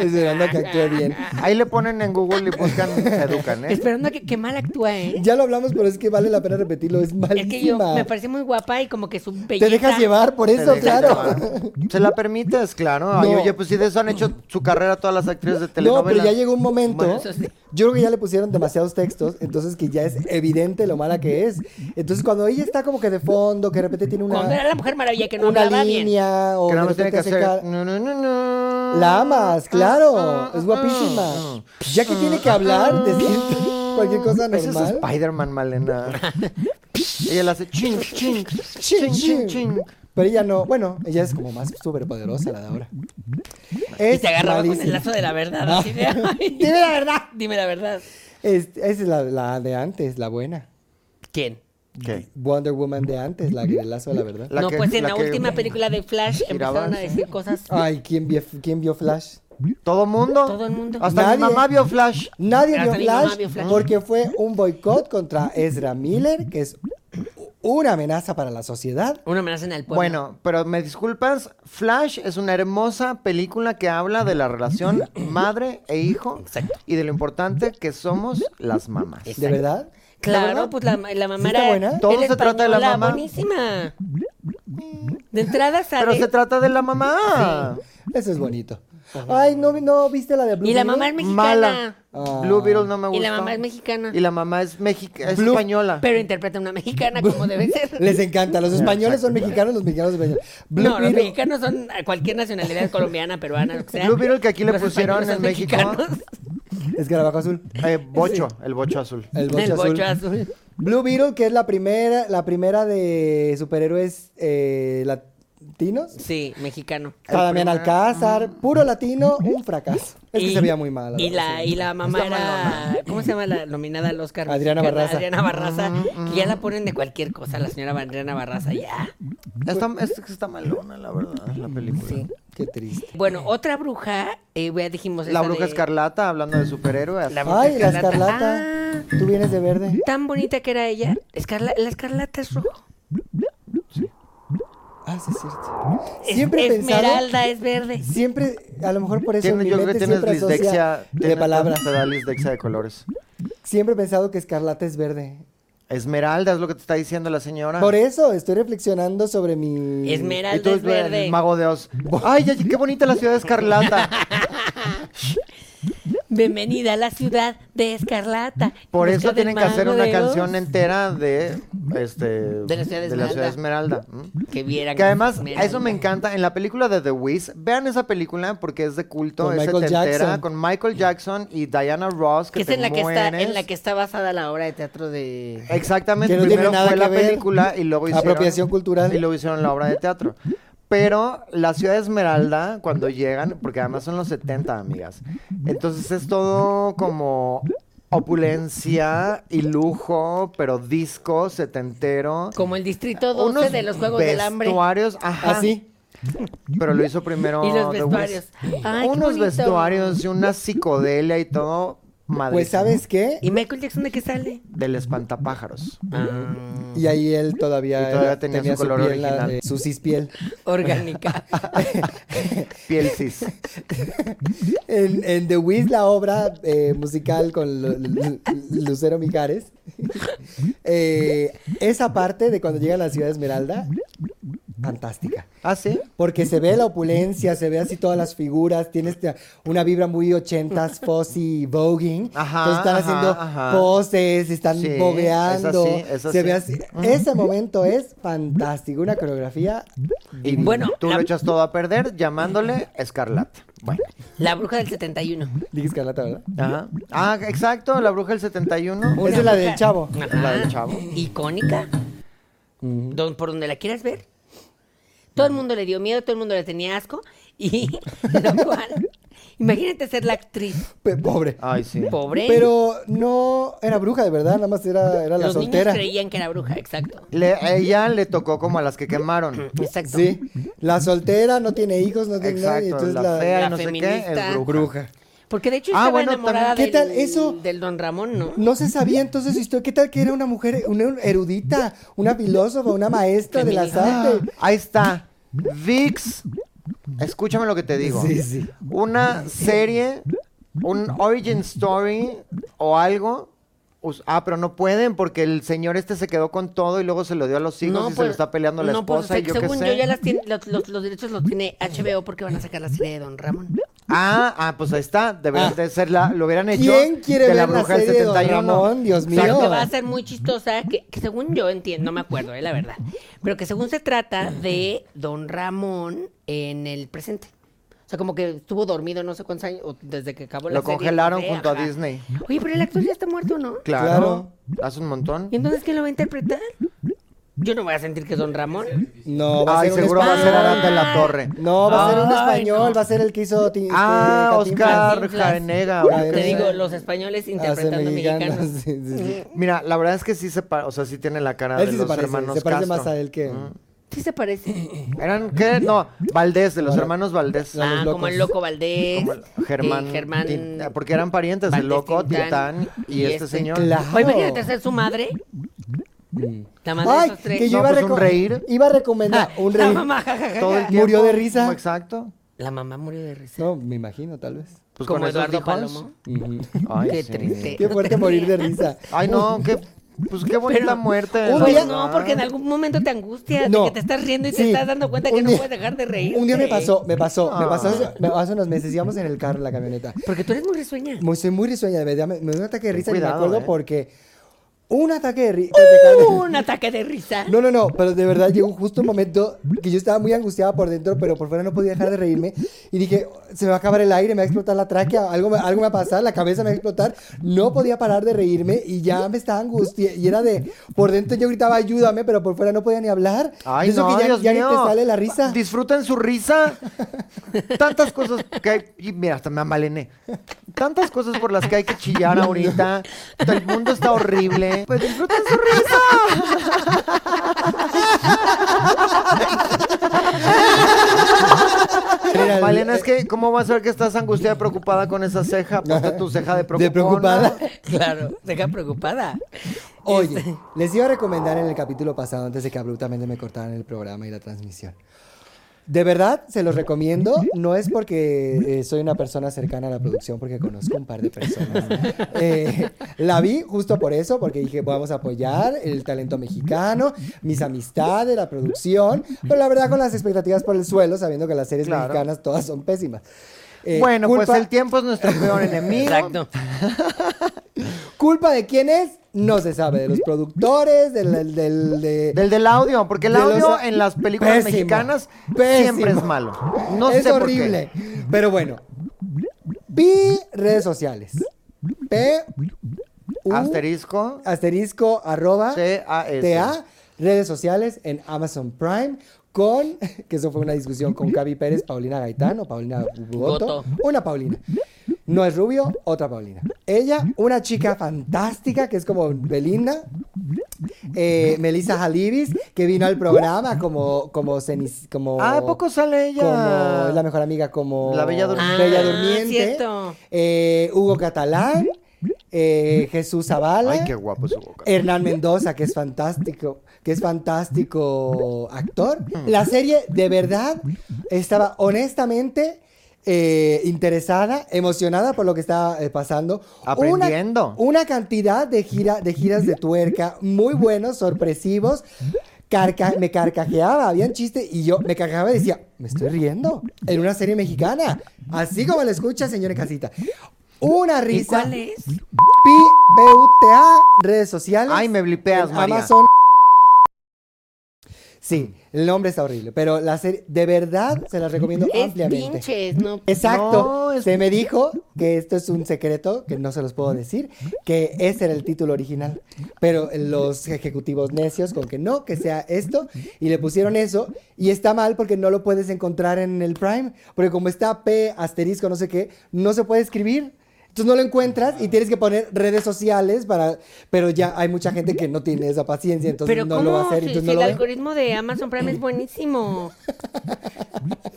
Speaker 1: esperando a que actúe bien.
Speaker 3: Ahí le ponen en Google y buscan, se educan, ¿eh?
Speaker 2: Esperando a que, que mal actúa, ¿eh?
Speaker 1: Ya lo hablamos, pero es que vale la pena repetirlo. Es malísima.
Speaker 2: Es que yo me parece muy guapa y como que su belleza.
Speaker 1: Te dejas llevar por
Speaker 3: Te
Speaker 1: eso,
Speaker 3: dejan
Speaker 1: claro. [laughs]
Speaker 3: llevar. Se la permites, claro. Ay,
Speaker 1: No.
Speaker 3: oye, pues si de eso han hecho su carrera todas las actrices de
Speaker 1: No,
Speaker 3: telenovelas.
Speaker 1: pero ya llegó un momento.
Speaker 2: Bueno, eso sí.
Speaker 1: Yo creo que ya le pusieron demasiados textos, entonces que ya es evidente lo mala que es. Entonces cuando ella está como que de fondo, que de repente tiene
Speaker 2: Cuando era
Speaker 1: una,
Speaker 2: la mujer maravilla que no
Speaker 1: una
Speaker 2: hablaba bien.
Speaker 1: línea o
Speaker 3: Que nada
Speaker 1: de
Speaker 3: más tiene
Speaker 1: repente
Speaker 3: que
Speaker 1: hace
Speaker 3: hacer. "Mm,
Speaker 1: cara-
Speaker 3: No, no, no, no.
Speaker 1: La amas, claro.
Speaker 3: Ah,
Speaker 1: Es
Speaker 3: ah,
Speaker 1: guapísima.
Speaker 3: ah.
Speaker 1: Ya que tiene que hablar, decir cualquier cosa
Speaker 3: Ese Mm. es
Speaker 1: normal. [laughs]
Speaker 3: Spider-Man, Malena. Ella le hace ching, ching,
Speaker 1: Chin,
Speaker 3: ching, ching, ching.
Speaker 1: Pero ella no, bueno, ella es como más superpoderosa la de ahora.
Speaker 2: Y
Speaker 1: Es
Speaker 2: se agarraba con el
Speaker 1: malísima.
Speaker 2: lazo de la verdad.
Speaker 1: Ah.
Speaker 3: [laughs]
Speaker 2: así de, "Ay".
Speaker 1: Dime la verdad.
Speaker 2: Dime la verdad.
Speaker 1: Es- Esa es la, la de antes, la buena.
Speaker 2: ¿Quién?
Speaker 3: ¿Qué?
Speaker 1: Wonder Woman de antes, la que del lazo de la verdad.
Speaker 3: La
Speaker 2: no,
Speaker 3: que-
Speaker 2: pues en
Speaker 3: la
Speaker 2: la,
Speaker 3: que
Speaker 2: última película de Flash
Speaker 3: giraba,
Speaker 2: empezaron a decir cosas.
Speaker 3: Ah.
Speaker 1: Ay, ¿quién vio, quién vio Flash?
Speaker 3: Todo mundo.
Speaker 2: Todo el mundo.
Speaker 3: Hasta
Speaker 1: Nadie.
Speaker 3: mi mamá vio Flash.
Speaker 1: Nadie
Speaker 2: Hasta
Speaker 1: vio
Speaker 2: mi mamá
Speaker 1: Flash,
Speaker 2: vio Flash.
Speaker 1: porque fue un boicot contra Ezra Miller, que es una amenaza para la sociedad.
Speaker 2: Una amenaza en el pueblo.
Speaker 3: Bueno, pero me disculpas, Flash es una hermosa película que habla de la
Speaker 2: [coughs]
Speaker 3: relación madre e hijo
Speaker 2: Exacto.
Speaker 3: y de lo importante que somos las mamás.
Speaker 2: Es-
Speaker 1: ¿De
Speaker 2: Exacto.
Speaker 1: verdad?
Speaker 2: Claro,
Speaker 3: ¿La verdad?
Speaker 2: pues la, la
Speaker 1: ¿Sí está
Speaker 2: mamá era-
Speaker 1: buena?
Speaker 2: era
Speaker 3: Todo se trata de la
Speaker 2: española,
Speaker 3: mamá.
Speaker 2: Buenísima. De entrada
Speaker 3: Pero
Speaker 2: sale.
Speaker 3: se trata de la mamá. Ah,
Speaker 1: Eso es bonito. Ay, ¿no, vi- no viste la de Blue
Speaker 2: Y la
Speaker 1: Beetle?
Speaker 2: mamá es mexicana.
Speaker 3: Mala.
Speaker 1: Ah.
Speaker 3: Blue Beetle no me
Speaker 2: Y
Speaker 3: gusta.
Speaker 2: la mamá es mexicana.
Speaker 3: Y la mamá es, mexica- es
Speaker 1: Blue-
Speaker 3: española.
Speaker 2: Pero interpreta a una mexicana como debe ser.
Speaker 1: Les encanta.
Speaker 2: [laughs]
Speaker 1: Los españoles son mexicanos, los mexicanos son españoles. Blue
Speaker 2: no, los
Speaker 1: Beetle.
Speaker 2: mexicanos son a cualquier nacionalidad colombiana, peruana, lo que sea.
Speaker 3: Blue Beetle que aquí le
Speaker 2: Los
Speaker 3: pusieron
Speaker 2: españoles
Speaker 3: en
Speaker 2: son
Speaker 3: México.
Speaker 2: mexicanos.
Speaker 1: Escarabajo azul.
Speaker 3: Eh, bocho, el bocho azul.
Speaker 1: El bocho,
Speaker 2: El
Speaker 1: azul.
Speaker 2: bocho azul.
Speaker 1: Blue Beetle, que es la primera, la primera de superhéroes eh, latinos.
Speaker 2: Sí, mexicano.
Speaker 1: Está
Speaker 3: El
Speaker 1: Damián
Speaker 3: primer-
Speaker 1: Alcázar, puro latino, un fracaso. Es que
Speaker 2: Y-
Speaker 1: se veía muy mal.
Speaker 2: Y
Speaker 1: verdad,
Speaker 2: la,
Speaker 1: sí.
Speaker 2: y la mamá era. ¿Cómo se llama la nominada al Oscar?
Speaker 1: Adriana
Speaker 2: mexicana?
Speaker 1: Barraza. Ah,
Speaker 2: Adriana Barraza. Que ya la ponen de cualquier cosa, la señora Adriana Barraza, ya.
Speaker 3: Está, es que está malona, la verdad, la película.
Speaker 1: Qué triste.
Speaker 2: Bueno, otra bruja, eh, ya dijimos.
Speaker 3: La
Speaker 2: esa
Speaker 3: bruja
Speaker 2: de-
Speaker 3: escarlata, hablando de superhéroes.
Speaker 2: La bruja
Speaker 1: Ay, la
Speaker 2: escarlata. Ah.
Speaker 1: escarlata. Tú vienes de verde.
Speaker 2: Tan bonita que era ella. Escarla- la escarlata es rojo.
Speaker 1: Ah, sí, es cierto. Siempre he
Speaker 2: es,
Speaker 1: pensado.
Speaker 2: Esmeralda es verde.
Speaker 1: Siempre, a lo mejor por eso.
Speaker 3: Tiene-
Speaker 1: en mi
Speaker 3: yo creo que
Speaker 1: mente
Speaker 3: tienes
Speaker 1: siempre asocia
Speaker 3: dislexia
Speaker 1: De
Speaker 3: tienes-
Speaker 1: palabras.
Speaker 3: Te da dislexia de colores.
Speaker 1: Siempre he pensado que escarlata es verde.
Speaker 3: Esmeralda es lo que te está diciendo la señora.
Speaker 1: Por eso estoy reflexionando sobre mi.
Speaker 2: Esmeralda
Speaker 3: Y tú,
Speaker 2: es verde.
Speaker 3: el mago de Oz. Ay, ay, qué bonita la ciudad de escarlata.
Speaker 2: Bienvenida a la ciudad de Escarlata.
Speaker 3: Por
Speaker 2: Busca
Speaker 3: eso
Speaker 2: del [laughs]
Speaker 3: tienen que hacer
Speaker 2: mago
Speaker 3: una
Speaker 2: de Oz.
Speaker 3: canción entera de este,
Speaker 2: De la ciudad de
Speaker 3: Esmeralda. ¿m?
Speaker 2: Que vieran.
Speaker 3: Que además,
Speaker 2: Mira,
Speaker 3: a eso me encanta. En la película de The Wiz, vean esa película porque es de culto,
Speaker 1: Con
Speaker 3: es
Speaker 1: Michael
Speaker 3: setentera,
Speaker 1: Jackson.
Speaker 3: con Michael Jackson y Diana Ross,
Speaker 2: Que
Speaker 3: que,
Speaker 2: es
Speaker 3: te
Speaker 2: en la que, está, en
Speaker 3: mueres.
Speaker 2: la que está basada la obra de teatro de.
Speaker 3: Exactamente,
Speaker 1: Que no tiene
Speaker 3: primero
Speaker 1: nada
Speaker 3: fue
Speaker 1: que
Speaker 3: la
Speaker 1: ver.
Speaker 3: película y luego hicieron...
Speaker 1: Apropiación cultural.
Speaker 3: Y luego hicieron la obra de teatro. Pero la ciudad de Esmeralda, cuando llegan, porque además son los 70, amigas, entonces es todo como opulencia y lujo, pero disco, setentero.
Speaker 2: Como el distrito 12
Speaker 3: Unos
Speaker 2: de los Juegos del Hambre.
Speaker 3: vestuarios, ajá.
Speaker 1: Así.
Speaker 3: Pero lo hizo primero
Speaker 2: Y los
Speaker 3: The Wiz.
Speaker 2: vestuarios. Ay, qué
Speaker 3: Unos
Speaker 2: bonito.
Speaker 3: vestuarios y una psicodelia y todo. Madre
Speaker 1: Pues, ¿sabes qué?
Speaker 2: ¿Y Michael Jackson de qué sale?
Speaker 3: Del espantapájaros.
Speaker 1: Y ahí él todavía,
Speaker 3: Y todavía
Speaker 1: era-
Speaker 3: tenía su color
Speaker 1: piel, la-
Speaker 3: original.
Speaker 1: eh, su cispiel. [laughs]
Speaker 3: [laughs]
Speaker 2: Orgánica.
Speaker 3: Piel cis.
Speaker 1: En, en The Wiz, la obra eh, musical con Lu- Lu- Lucero Mijares, [laughs] eh, esa parte de cuando llega a la ciudad de Esmeralda, fantástica.
Speaker 3: ¿Ah, sí?
Speaker 1: Porque se ve la opulencia, se ve así todas las figuras, tiene este- una vibra muy
Speaker 3: [laughs]
Speaker 1: ochentas, fuzzy, voguing.
Speaker 3: Ajá,
Speaker 1: Entonces están
Speaker 3: ajá,
Speaker 1: haciendo
Speaker 3: ajá.
Speaker 1: poses, están
Speaker 3: Sí,
Speaker 1: bobeando.
Speaker 3: es así, es así.
Speaker 1: Se ve así. Ese momento es fantástico, una coreografía.
Speaker 3: Y
Speaker 2: Bueno,
Speaker 3: tú
Speaker 2: la-
Speaker 3: lo echas todo a perder llamándole Escarlata. Bueno.
Speaker 2: La bruja del 71.
Speaker 1: Dije Escarlata, ¿verdad?
Speaker 3: Ajá. Ah, exacto, la bruja del 71.
Speaker 1: Esa es la del chavo.
Speaker 3: La del chavo. Mm.
Speaker 2: Icónica. Don- por donde la quieras ver. Todo el mundo le dio miedo, todo el mundo le tenía asco. Y [laughs] lo cual. Imagínate ser la actriz
Speaker 1: Pe- Pobre.
Speaker 3: Ay, sí.
Speaker 2: pobre.
Speaker 1: Pero no era bruja de verdad, nada más era, era la
Speaker 2: los
Speaker 1: soltera.
Speaker 2: niños creían que era bruja, exacto.
Speaker 3: Le- a ella le tocó como a las que quemaron.
Speaker 2: Exacto.
Speaker 1: Sí, la soltera no tiene hijos, no tiene nada.
Speaker 3: Exacto,
Speaker 1: Entonces
Speaker 3: la,
Speaker 1: la,
Speaker 3: fea
Speaker 2: la
Speaker 3: y no sé qué
Speaker 2: feminista.
Speaker 3: es bruja.
Speaker 1: bruja.
Speaker 2: Porque de hecho
Speaker 3: Ah,
Speaker 2: estaba
Speaker 3: bueno,
Speaker 2: enamorada
Speaker 1: también- ¿Qué
Speaker 2: del,
Speaker 1: tal eso?
Speaker 2: del don Ramón, ¿no?
Speaker 1: No se sabía entonces su historia. ¿Qué tal que era una mujer, una erudita, una filósofa, una maestra de las
Speaker 2: Feminista.
Speaker 1: artes?
Speaker 3: [laughs] Ahí está. VIX. Escúchame lo que te digo.
Speaker 1: Sí, sí.
Speaker 3: Una serie, un origin story o algo. Us- Ah, pero no pueden porque el señor este se quedó con todo y luego se lo dio a los hijos y se lo está peleando la
Speaker 2: no, pues,
Speaker 3: esposa
Speaker 2: o sea,
Speaker 3: y yo qué
Speaker 2: según
Speaker 3: sé.
Speaker 2: yo ya las tiene- los, los- los derechos los tiene HBO porque van a sacar la serie de Don Ramón.
Speaker 3: Ah, ah, pues ahí está. Deberían
Speaker 1: Ah.
Speaker 3: de ser la, lo hubieran hecho.
Speaker 1: ¿Quién quiere
Speaker 3: de la
Speaker 1: ver la
Speaker 3: bruja del
Speaker 1: serie de Don
Speaker 3: 71.
Speaker 1: Ramón? Dios mío.
Speaker 2: Pero que va a ser muy chistosa, que, que según yo entiendo, no me acuerdo, eh, la verdad. Pero que según se trata de Don Ramón en el presente. O sea, como que estuvo dormido no sé cuántos años, o desde que acabó la
Speaker 3: Lo
Speaker 2: serie,
Speaker 3: congelaron
Speaker 2: no sé,
Speaker 3: junto a
Speaker 2: ajá.
Speaker 3: Disney.
Speaker 2: Oye, pero el actor ya está muerto, ¿no?
Speaker 3: Claro. Hace un montón.
Speaker 1: Este,
Speaker 2: ¿Y entonces quién lo va a interpretar? Yo no voy a sentir que es Don Ramón.
Speaker 1: No, va a
Speaker 3: Ay,
Speaker 1: ser un
Speaker 3: seguro va a ser
Speaker 1: español.
Speaker 3: Aranda de la Torre.
Speaker 1: No, va a ser un
Speaker 2: Ay,
Speaker 1: español,
Speaker 2: no.
Speaker 1: va a ser el que hizo Tin-
Speaker 3: Ah,
Speaker 1: eh, Cantinflas.
Speaker 3: Oscar Ah,
Speaker 2: Cantinflas.
Speaker 3: Jaenega.
Speaker 1: Ahora
Speaker 2: Te
Speaker 1: que
Speaker 2: digo,
Speaker 1: sea.
Speaker 2: los españoles
Speaker 1: Hace
Speaker 2: interpretando
Speaker 1: mexicanos,
Speaker 3: [laughs]
Speaker 2: mexicanos.
Speaker 1: [laughs] sí, sí, sí.
Speaker 3: Mira, la verdad es que sí se parece, o sea, sí tiene la cara
Speaker 1: Él
Speaker 3: de
Speaker 1: sí se
Speaker 3: los
Speaker 1: parece,
Speaker 3: hermanos
Speaker 1: se parece
Speaker 3: Castro. Mm.
Speaker 1: más a él que...
Speaker 2: Sí se parece. [laughs]
Speaker 3: ¿Eran qué? No, Valdés, de los
Speaker 1: Ahora-
Speaker 3: hermanos Valdés.
Speaker 1: A los
Speaker 2: Ah, como
Speaker 1: locos.
Speaker 2: el loco Valdés.
Speaker 3: Como el- Germán.
Speaker 2: eh, Germán.
Speaker 3: Tin- ah, porque eran parientes,
Speaker 2: Valdés
Speaker 3: el loco,
Speaker 2: Tintán
Speaker 3: Tintán y,
Speaker 2: y
Speaker 3: este,
Speaker 2: este.
Speaker 3: señor.
Speaker 1: Claro.
Speaker 2: Oye, imagínate ser su madre. La madre de
Speaker 1: Mm. Ay,
Speaker 2: esos tres.
Speaker 1: que yo [laughs]
Speaker 3: No,
Speaker 1: iba, a
Speaker 3: pues, un
Speaker 1: reco-
Speaker 3: reír.
Speaker 1: iba a
Speaker 3: [laughs]
Speaker 1: recomendar un
Speaker 2: La
Speaker 1: reír.
Speaker 2: mamá, ja, ja, ja,
Speaker 3: Todo el
Speaker 2: ja.
Speaker 3: tiempo.
Speaker 1: Murió de risa.
Speaker 3: como Exacto.
Speaker 2: La mamá murió de risa.
Speaker 1: No, me imagino, tal vez.
Speaker 3: [laughs] Pues
Speaker 2: como
Speaker 3: con esos
Speaker 2: Eduardo
Speaker 3: dijones.
Speaker 2: Palomo.
Speaker 3: Ay,
Speaker 2: Qué
Speaker 3: sí.
Speaker 2: triste.
Speaker 1: Qué fuerte morir de risa.
Speaker 3: Ay, no, qué, pues qué bonita
Speaker 2: Pero-
Speaker 3: muerte.
Speaker 1: Un
Speaker 3: la
Speaker 2: Pues
Speaker 1: día-
Speaker 2: no,
Speaker 3: verdad.
Speaker 2: porque en algún momento te angustias
Speaker 1: No.
Speaker 2: de que te estás riendo y te
Speaker 1: Sí.
Speaker 2: estás dando cuenta que
Speaker 1: Un
Speaker 2: no
Speaker 1: día-
Speaker 2: puedes dejar de reír.
Speaker 1: Un día me pasó, me pasó, me pasó,
Speaker 3: Ah.
Speaker 1: me pasó unos meses, íbamos en el carro, en la camioneta.
Speaker 2: Porque tú eres muy risueña.
Speaker 1: Muy- soy muy risueña, de verdad, me, me dio un ataque de risa y me
Speaker 3: Cuidado,
Speaker 1: acuerdo
Speaker 3: eh.
Speaker 1: porque un ataque de risa...
Speaker 2: Un ataque de risa.
Speaker 1: No, no, no, pero de verdad llegó justo un momento que yo estaba muy angustiada por dentro, pero por fuera no podía dejar de reírme. Y dije, se me va a acabar el aire, me va a explotar la tráquea, algo, me- algo me va a pasar, la cabeza me va a explotar. No podía parar de reírme y ya me estaba angustiada. Y era de, por dentro yo gritaba, ayúdame, pero por fuera no podía ni hablar.
Speaker 3: Ay,
Speaker 1: De eso
Speaker 3: no,
Speaker 1: que ya,
Speaker 3: Dios
Speaker 1: ya ni
Speaker 3: mío.
Speaker 1: te sale la risa.
Speaker 3: Disfruten su risa. Tantas cosas que hay. y mira, hasta me amalené. Tantas cosas por las que hay que chillar ahorita. El mundo está horrible. Pues disfruten su risa.
Speaker 1: Mira, el-
Speaker 3: Malena, es que, ¿cómo vas a ver que estás angustiada y preocupada con esa ceja? Ponte tu ceja de preocupada.
Speaker 1: De preocupada.
Speaker 2: [laughs] Claro, deja preocupada. Este,
Speaker 3: Este.
Speaker 1: Oye, les iba a recomendar en el capítulo pasado, antes de que abruptamente me cortaran el programa y la transmisión. De verdad, se los recomiendo. No es porque eh, soy una persona cercana a la producción, porque conozco un par de personas.
Speaker 3: [laughs]
Speaker 1: Eh, la vi justo por eso, porque dije, vamos a apoyar el talento mexicano, mis amistades, la producción. Pero la verdad, con las expectativas por el suelo, sabiendo que las series
Speaker 3: Claro.
Speaker 1: mexicanas todas son pésimas. Eh,
Speaker 3: bueno, pues
Speaker 1: culpa-
Speaker 3: el tiempo es nuestro peor enemigo.
Speaker 2: Exacto.
Speaker 1: ¿Culpa de quién es? No se sabe. De los productores, del... del, del- de-
Speaker 3: Del del audio, porque el
Speaker 1: de
Speaker 3: audio
Speaker 1: los-
Speaker 3: en las películas
Speaker 1: Pésimo,
Speaker 3: mexicanas siempre
Speaker 1: pésimo.
Speaker 3: es malo. No
Speaker 1: es
Speaker 3: sé por qué.
Speaker 1: horrible. Pero bueno. Vi redes sociales. P. U-
Speaker 3: Asterisco.
Speaker 1: asterisco arroba
Speaker 3: C-A-S.
Speaker 1: TA, redes sociales en Amazon Prime con, [laughs] que eso fue una discusión con Cavi Pérez, Paulina Gaitán o Paulina Goto,
Speaker 2: Goto.
Speaker 1: una Paulina. No es rubio, otra Paulina. Ella, una chica fantástica que es como Belinda, eh, Melissa Halibis, que vino al programa como como cenis- como
Speaker 3: Ah, ¿a poco sale ella?
Speaker 1: como es la mejor amiga como
Speaker 3: La Bella Durmiente.
Speaker 1: Bella
Speaker 2: Ah,
Speaker 1: Durmiente,
Speaker 2: cierto.
Speaker 1: eh, Hugo Catalán, eh, Jesús Zavala,
Speaker 3: Ay, qué guapo su boca.
Speaker 1: Hernán Mendoza, que es fantástico, que es fantástico actor. La serie, de verdad, estaba honestamente eh, interesada, emocionada por lo que estaba eh, pasando. Una-
Speaker 3: Aprendiendo.
Speaker 1: Una, cantidad de, gira, de giras de tuerca muy buenos, sorpresivos. Carca- me carcajeaba, habían chistes y yo me carcajeaba y decía, me estoy riendo en una serie mexicana. Así como la escucha, señor en casita. Una
Speaker 2: ¿Y
Speaker 1: risa.
Speaker 2: cuál es?
Speaker 1: PBUTA, redes sociales.
Speaker 3: Ay, me blipeas,
Speaker 1: en
Speaker 3: María.
Speaker 1: Amazon. Sí, el nombre está horrible, pero la serie, de verdad, se las recomiendo
Speaker 2: Es
Speaker 1: ampliamente.
Speaker 2: pinches, ¿no?
Speaker 1: Exacto.
Speaker 3: No, es-
Speaker 1: Se me dijo que esto es un secreto, que no se los puedo decir, que ese era el título original. Pero los ejecutivos necios con que no, que sea esto, y le pusieron eso, y está mal porque no lo puedes encontrar en el Prime, porque como está P asterisco, no sé qué, no se puede escribir. Entonces no lo encuentras y tienes que poner redes sociales para... Pero ya hay mucha gente que no tiene esa paciencia, entonces
Speaker 2: Pero
Speaker 1: no
Speaker 2: ¿cómo?
Speaker 1: lo va a hacer,
Speaker 2: Si-
Speaker 1: entonces no
Speaker 2: si
Speaker 1: lo
Speaker 2: el
Speaker 1: ve.
Speaker 2: algoritmo de Amazon Prime es
Speaker 1: [laughs]
Speaker 2: buenísimo.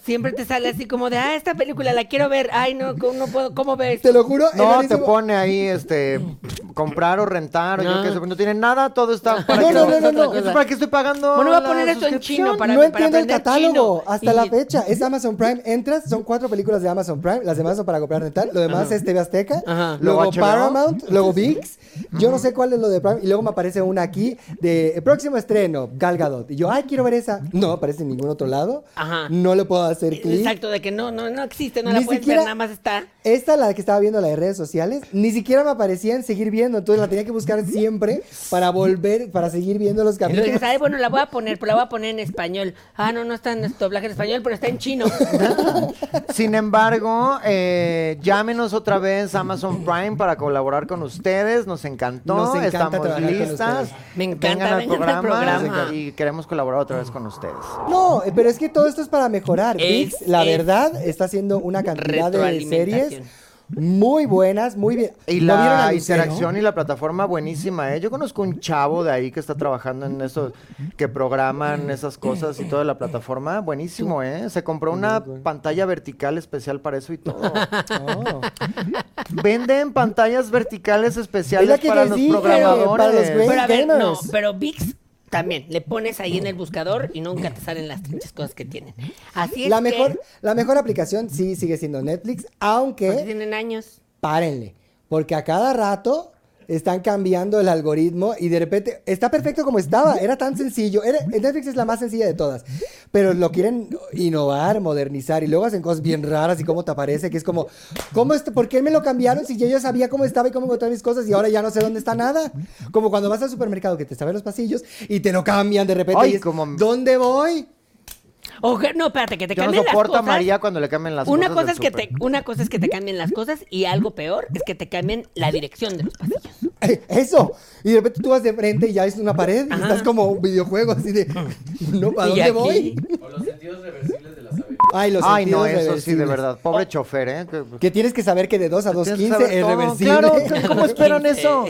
Speaker 2: Siempre te sale así como de, ah, esta película la quiero ver. Ay, no, ¿cómo, no puedo, ¿cómo ves?
Speaker 1: Te lo juro,
Speaker 3: No,
Speaker 1: el
Speaker 3: te
Speaker 1: algoritmo-
Speaker 3: pone ahí, este, comprar o rentar, o yo qué sé, no tiene nada, todo está para
Speaker 1: No,
Speaker 3: que
Speaker 1: no, no, no, no.
Speaker 3: ¿Eso ¿Para qué estoy pagando?
Speaker 2: Bueno, voy a
Speaker 3: la
Speaker 2: poner esto en
Speaker 3: suscripción?
Speaker 2: chino para-
Speaker 1: no entiendo el
Speaker 2: aprender
Speaker 1: catálogo
Speaker 2: chino.
Speaker 1: hasta
Speaker 2: Y-
Speaker 1: la fecha. Es Amazon Prime. Entras, son cuatro películas de Amazon Prime. Las demás son para comprar rentar. Lo demás es TV Azteca.
Speaker 2: Ajá.
Speaker 1: Luego,
Speaker 3: Luego HBO.
Speaker 1: Paramount. Luego VIX. Yo no sé cuál es lo de Prime. Y luego me aparece una aquí de eh, próximo estreno, Gal Gadot. Y yo, ay, quiero ver esa. No aparece en ningún otro lado.
Speaker 2: Ajá.
Speaker 1: No le puedo hacer clic.
Speaker 2: Exacto, de que no, no, no existe, no
Speaker 1: Ni
Speaker 2: la puedes
Speaker 1: siquiera-
Speaker 2: ver, nada más está.
Speaker 1: Esta, la que estaba viendo la de redes sociales, ni siquiera me aparecía en seguir viendo. Entonces la tenía que buscar siempre para volver, para seguir viendo los
Speaker 2: Y luego
Speaker 1: capítulos.
Speaker 2: dices, ay, bueno, la voy a poner, pero la voy a poner en español. Ah, no, no está en nuestro doblaje en español, pero está
Speaker 1: [laughs]
Speaker 2: en chino.
Speaker 3: Sin embargo, eh, llámenos otra vez Amazon Prime para colaborar con ustedes. Nos encantó,
Speaker 1: Nos encanta
Speaker 3: estamos
Speaker 1: trabajar con
Speaker 3: listas.
Speaker 1: ustedes.
Speaker 2: Me encanta,
Speaker 3: vengan al
Speaker 2: vengan
Speaker 3: programa,
Speaker 2: al
Speaker 3: nos
Speaker 2: programa.
Speaker 3: enca- y queremos colaborar otra vez con ustedes.
Speaker 1: No, eh, pero es que todo esto es para mejorar.
Speaker 2: Es-
Speaker 1: VIX, la
Speaker 2: es-
Speaker 1: verdad, está haciendo una cantidad de series
Speaker 2: Retroalimentación.
Speaker 1: muy buenas, muy bien.
Speaker 3: Y
Speaker 1: ¿No vieron a
Speaker 3: la
Speaker 1: Lucero?
Speaker 3: interacción y la plataforma buenísima, ¿eh? Yo conozco un chavo de ahí que está trabajando en eso, que programan esas cosas y toda la plataforma. Buenísimo, ¿eh? Se compró una pantalla vertical especial para eso y todo.
Speaker 2: [laughs]
Speaker 1: Oh.
Speaker 3: Venden pantallas verticales
Speaker 1: Es
Speaker 3: especiales
Speaker 1: la que
Speaker 3: para
Speaker 1: les
Speaker 3: los
Speaker 1: dije,
Speaker 3: programadores.
Speaker 1: para los güeyes.
Speaker 2: Pero a ver, no,
Speaker 1: gamers.
Speaker 2: pero VIX también, le pones ahí en el buscador y nunca te salen las pinches cosas que tienen. Así es
Speaker 1: La
Speaker 2: que-
Speaker 1: mejor, la mejor aplicación sí sigue siendo Netflix,
Speaker 3: Pues
Speaker 2: porque
Speaker 1: aunque
Speaker 2: tienen años.
Speaker 1: párenle, porque a cada rato están cambiando el algoritmo y de repente está perfecto como estaba, era tan sencillo, era- Netflix es la más sencilla de todas, pero lo quieren innovar, modernizar y luego hacen cosas bien raras y cómo te aparece, que es como, ¿cómo este- ¿por qué me lo cambiaron si yo ya sabía cómo estaba y cómo encontrar mis cosas y ahora ya no sé dónde está nada? Como cuando vas al supermercado que te saben los pasillos y te lo cambian de repente,
Speaker 3: Ay,
Speaker 1: y es,
Speaker 3: como-
Speaker 1: ¿dónde voy?
Speaker 2: O que- no, espérate, que te
Speaker 3: Yo no
Speaker 2: cambien las
Speaker 3: soporto a
Speaker 2: cosas.
Speaker 3: María cuando le cambian las
Speaker 2: una
Speaker 3: cosas.
Speaker 2: cosa
Speaker 3: del
Speaker 2: es que
Speaker 3: súper.
Speaker 2: te, una cosa es que te cambien las cosas y algo peor es que te cambien la dirección de los pasillos.
Speaker 1: [laughs] Eso. Y de repente tú vas de frente y ya es una pared y
Speaker 2: Ajá.
Speaker 1: estás como un videojuego así
Speaker 2: [laughs]
Speaker 1: de, no, ¿para
Speaker 2: Y
Speaker 1: dónde
Speaker 2: aquí-
Speaker 1: voy?
Speaker 5: O los sentidos reversibles de las averías.
Speaker 1: Ay, los
Speaker 3: Ay, no,
Speaker 1: sentidos
Speaker 3: eso sí, de
Speaker 1: reversibles.
Speaker 3: verdad. Pobre chofer, ¿eh? Que-
Speaker 1: Que tienes que saber que de 2 a
Speaker 3: tienes que saber
Speaker 1: 2.15 es
Speaker 3: todo.
Speaker 1: reversible.
Speaker 3: Claro,
Speaker 2: [laughs]
Speaker 3: ¿cómo esperan eso?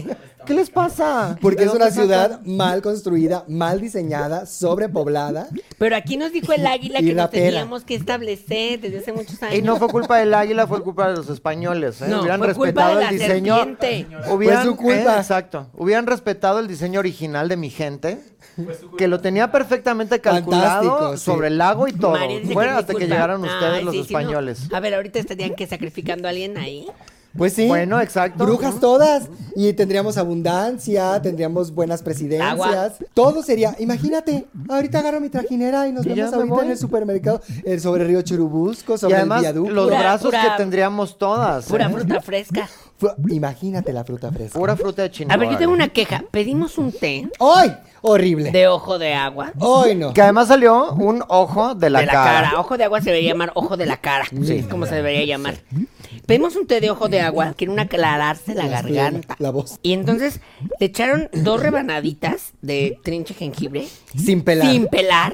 Speaker 3: ¿Qué les pasa?
Speaker 1: [laughs] Porque
Speaker 3: ¿De
Speaker 1: es
Speaker 3: dónde
Speaker 1: una
Speaker 3: sacan?
Speaker 1: ciudad mal construida, mal diseñada, sobrepoblada.
Speaker 2: Pero aquí nos dijo el águila
Speaker 1: Y
Speaker 2: que
Speaker 1: la
Speaker 2: nos
Speaker 1: pera.
Speaker 2: teníamos que establecer desde hace muchos años.
Speaker 3: Y no fue culpa del águila, fue culpa de los españoles. ¿eh?
Speaker 2: No,
Speaker 3: hubieran
Speaker 2: fue culpa
Speaker 3: respetado
Speaker 2: de la
Speaker 3: el diseño.
Speaker 2: serpiente.
Speaker 3: Hubieran,
Speaker 1: Fue su culpa.
Speaker 3: eh, exacto. Hubieran respetado el diseño original de mi gente, que lo tenía perfectamente calculado
Speaker 1: Fantástico, sí.
Speaker 3: sobre el lago y todo.
Speaker 2: María dice que
Speaker 3: bueno,
Speaker 2: es mi
Speaker 3: hasta que
Speaker 2: culpa.
Speaker 3: llegaron ustedes
Speaker 2: Ay,
Speaker 3: los
Speaker 2: sí, sí, no.
Speaker 3: españoles.
Speaker 2: A ver, ahorita estarían que sacrificando a alguien ahí.
Speaker 1: Pues sí.
Speaker 3: Bueno, exacto.
Speaker 1: Brujas todas. Y tendríamos abundancia, tendríamos buenas presidencias.
Speaker 2: Agua.
Speaker 1: Todo sería. Imagínate, ahorita agarro mi trajinera y nos
Speaker 3: Y ya
Speaker 1: vemos
Speaker 3: me
Speaker 1: ahorita
Speaker 3: voy.
Speaker 1: en el supermercado eh, sobre el río Churubusco,
Speaker 3: Y
Speaker 1: sobre
Speaker 3: además,
Speaker 1: el viaducto.
Speaker 3: los
Speaker 2: Pura-
Speaker 3: brazos
Speaker 2: pura-
Speaker 3: que tendríamos todas.
Speaker 2: Pura
Speaker 3: ¿eh? [laughs]
Speaker 2: fruta fresca.
Speaker 1: fru- Imagínate la fruta fresca.
Speaker 3: Pura fruta de chino.
Speaker 2: A ver, yo tengo una queja. Pedimos un té
Speaker 1: ¡Ay! Horrible.
Speaker 2: de ojo de
Speaker 3: Oh,
Speaker 2: agua.
Speaker 1: ¡Ay, no!
Speaker 3: Que además salió un ojo de la,
Speaker 2: de la cara. Ojo de agua se debería llamar ojo de la cara. Es como se debería llamar. Pedimos un té de ojo de agua, quieren aclararse la
Speaker 1: La-
Speaker 2: garganta.
Speaker 1: la voz.
Speaker 2: Y entonces le echaron dos rebanaditas de trinche jengibre.
Speaker 1: Sin pelar.
Speaker 2: Sin pelar.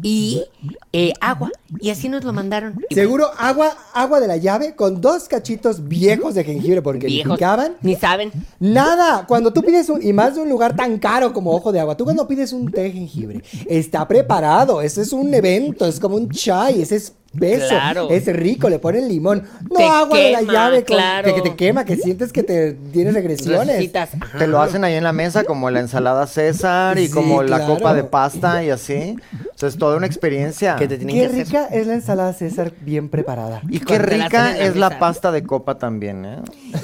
Speaker 2: Y eh, agua. Y así nos lo mandaron. Y
Speaker 1: Seguro agua, agua de la llave con dos cachitos viejos de jengibre porque ni
Speaker 2: viejos,
Speaker 1: picaban.
Speaker 2: Ni saben.
Speaker 1: Nada, cuando tú pides un, y más de un lugar tan caro como Ojo de Agua, tú cuando pides un té de jengibre, está preparado, ese es un evento, es como un chai, ese es beso,
Speaker 2: Claro.
Speaker 1: es rico, le ponen limón, no
Speaker 2: Te
Speaker 1: agua de la
Speaker 2: quema,
Speaker 1: llave, con-
Speaker 2: claro.
Speaker 1: que, que te quema, que sientes que te tienes regresiones. [laughs]
Speaker 2: Necesitas. ajá.
Speaker 3: Te lo hacen ahí en la mesa, como la ensalada César y
Speaker 1: Sí,
Speaker 3: como la
Speaker 1: claro.
Speaker 3: copa de pasta y así. O sea, es toda una experiencia.
Speaker 2: Que te tienen que
Speaker 1: Qué
Speaker 2: hacer.
Speaker 1: rica es la ensalada César bien preparada.
Speaker 3: Y qué
Speaker 2: Cuando te la hacen
Speaker 3: rica
Speaker 2: en la
Speaker 3: es la
Speaker 2: mesa.
Speaker 3: pasta de copa también, ¿eh?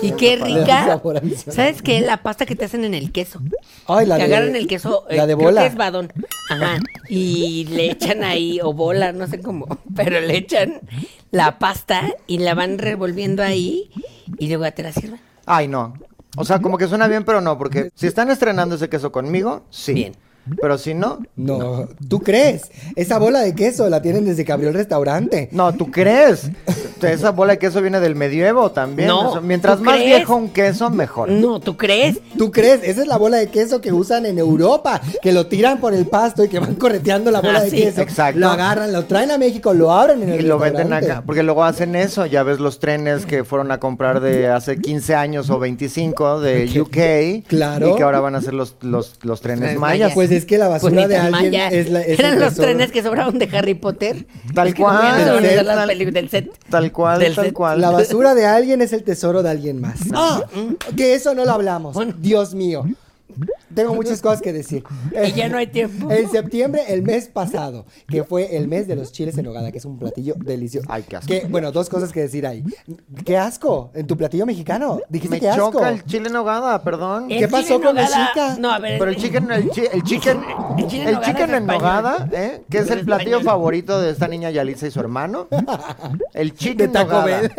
Speaker 2: Y qué
Speaker 1: Le da un
Speaker 2: rica.
Speaker 1: sabor adicional.
Speaker 2: ¿Sabes qué? La pasta que te hacen en el queso.
Speaker 1: Ay, la
Speaker 2: que
Speaker 1: de-
Speaker 2: agarran el queso. eh,
Speaker 1: la de
Speaker 2: creo
Speaker 1: bola.
Speaker 2: que es badón. Ajá. Y le echan ahí, o bola, no sé cómo. [laughs] Pero le echan la pasta y la van revolviendo ahí. Y luego ya te la sirven.
Speaker 3: Ay, no. O sea, como que suena bien, pero no, porque si están estrenando ese queso conmigo, sí.
Speaker 2: Bien.
Speaker 3: Pero si no,
Speaker 1: No, ¿tú crees? Esa bola de queso la tienen desde que abrió el restaurante.
Speaker 3: no, ¿tú crees? Esa bola de queso viene del medievo también.
Speaker 2: No,
Speaker 3: O sea, mientras
Speaker 2: ¿tú
Speaker 3: más
Speaker 2: crees?
Speaker 3: viejo un queso, mejor.
Speaker 2: No, ¿tú crees?
Speaker 1: ¿Tú crees? Esa es la bola de queso que usan en Europa, que lo tiran por el pasto y que van correteando la bola
Speaker 2: Ah,
Speaker 1: de
Speaker 2: sí.
Speaker 1: queso.
Speaker 3: Exacto.
Speaker 1: Lo agarran, lo traen a México, lo abren en el
Speaker 3: Y lo venden
Speaker 1: restaurante.
Speaker 3: acá, porque luego hacen eso, ya ves los trenes que fueron a comprar de hace 15 años o 25 de UK.
Speaker 1: Claro.
Speaker 3: Y que ahora van a ser los, los, los trenes
Speaker 2: Trenes
Speaker 3: mayas.
Speaker 2: mayas.
Speaker 1: Pues es que la
Speaker 2: Pues
Speaker 1: basura
Speaker 2: ni
Speaker 1: de
Speaker 2: tan
Speaker 1: alguien
Speaker 2: mal ya.
Speaker 1: es la es
Speaker 2: Eran
Speaker 1: el
Speaker 2: los
Speaker 1: tesoro.
Speaker 2: trenes que sobraron de Harry Potter.
Speaker 3: Tal
Speaker 2: Es que no
Speaker 3: cual.
Speaker 2: me dejaron
Speaker 1: Del
Speaker 2: ver
Speaker 1: set,
Speaker 2: las
Speaker 3: tal-
Speaker 2: peli- del set.
Speaker 3: Tal cual,
Speaker 2: Del
Speaker 3: tal
Speaker 2: set.
Speaker 3: cual.
Speaker 1: La basura de alguien es el tesoro de alguien más. ¡Ah! Que eso no lo hablamos.
Speaker 2: Bueno.
Speaker 1: Dios mío. Tengo muchas cosas que decir.
Speaker 2: Y ya no hay tiempo.
Speaker 1: En septiembre, el mes pasado, que fue el mes de los chiles en hogada, que es un platillo delicioso.
Speaker 3: Ay, qué asco.
Speaker 1: Que, bueno, dos cosas que decir ahí. ¡Qué asco! En tu platillo mexicano. Dijiste
Speaker 3: Me
Speaker 1: que asco.
Speaker 3: choca el chile en nogada, perdón.
Speaker 2: El
Speaker 1: ¿Qué pasó
Speaker 2: chile en
Speaker 1: con la
Speaker 2: Eh, nogada-
Speaker 1: chica?
Speaker 2: No, a ver. eh,
Speaker 3: Pero el chicken, el, chi- el chicken,
Speaker 2: El chile en
Speaker 3: el
Speaker 2: nogada
Speaker 3: chicken
Speaker 2: es
Speaker 3: en
Speaker 2: español.
Speaker 3: nogada, ¿eh? que es
Speaker 2: Es
Speaker 3: el platillo
Speaker 2: español.
Speaker 3: favorito de esta niña Yalitza y su hermano. El
Speaker 1: de
Speaker 3: chicken en
Speaker 1: Taco
Speaker 3: nogada.
Speaker 1: Bell.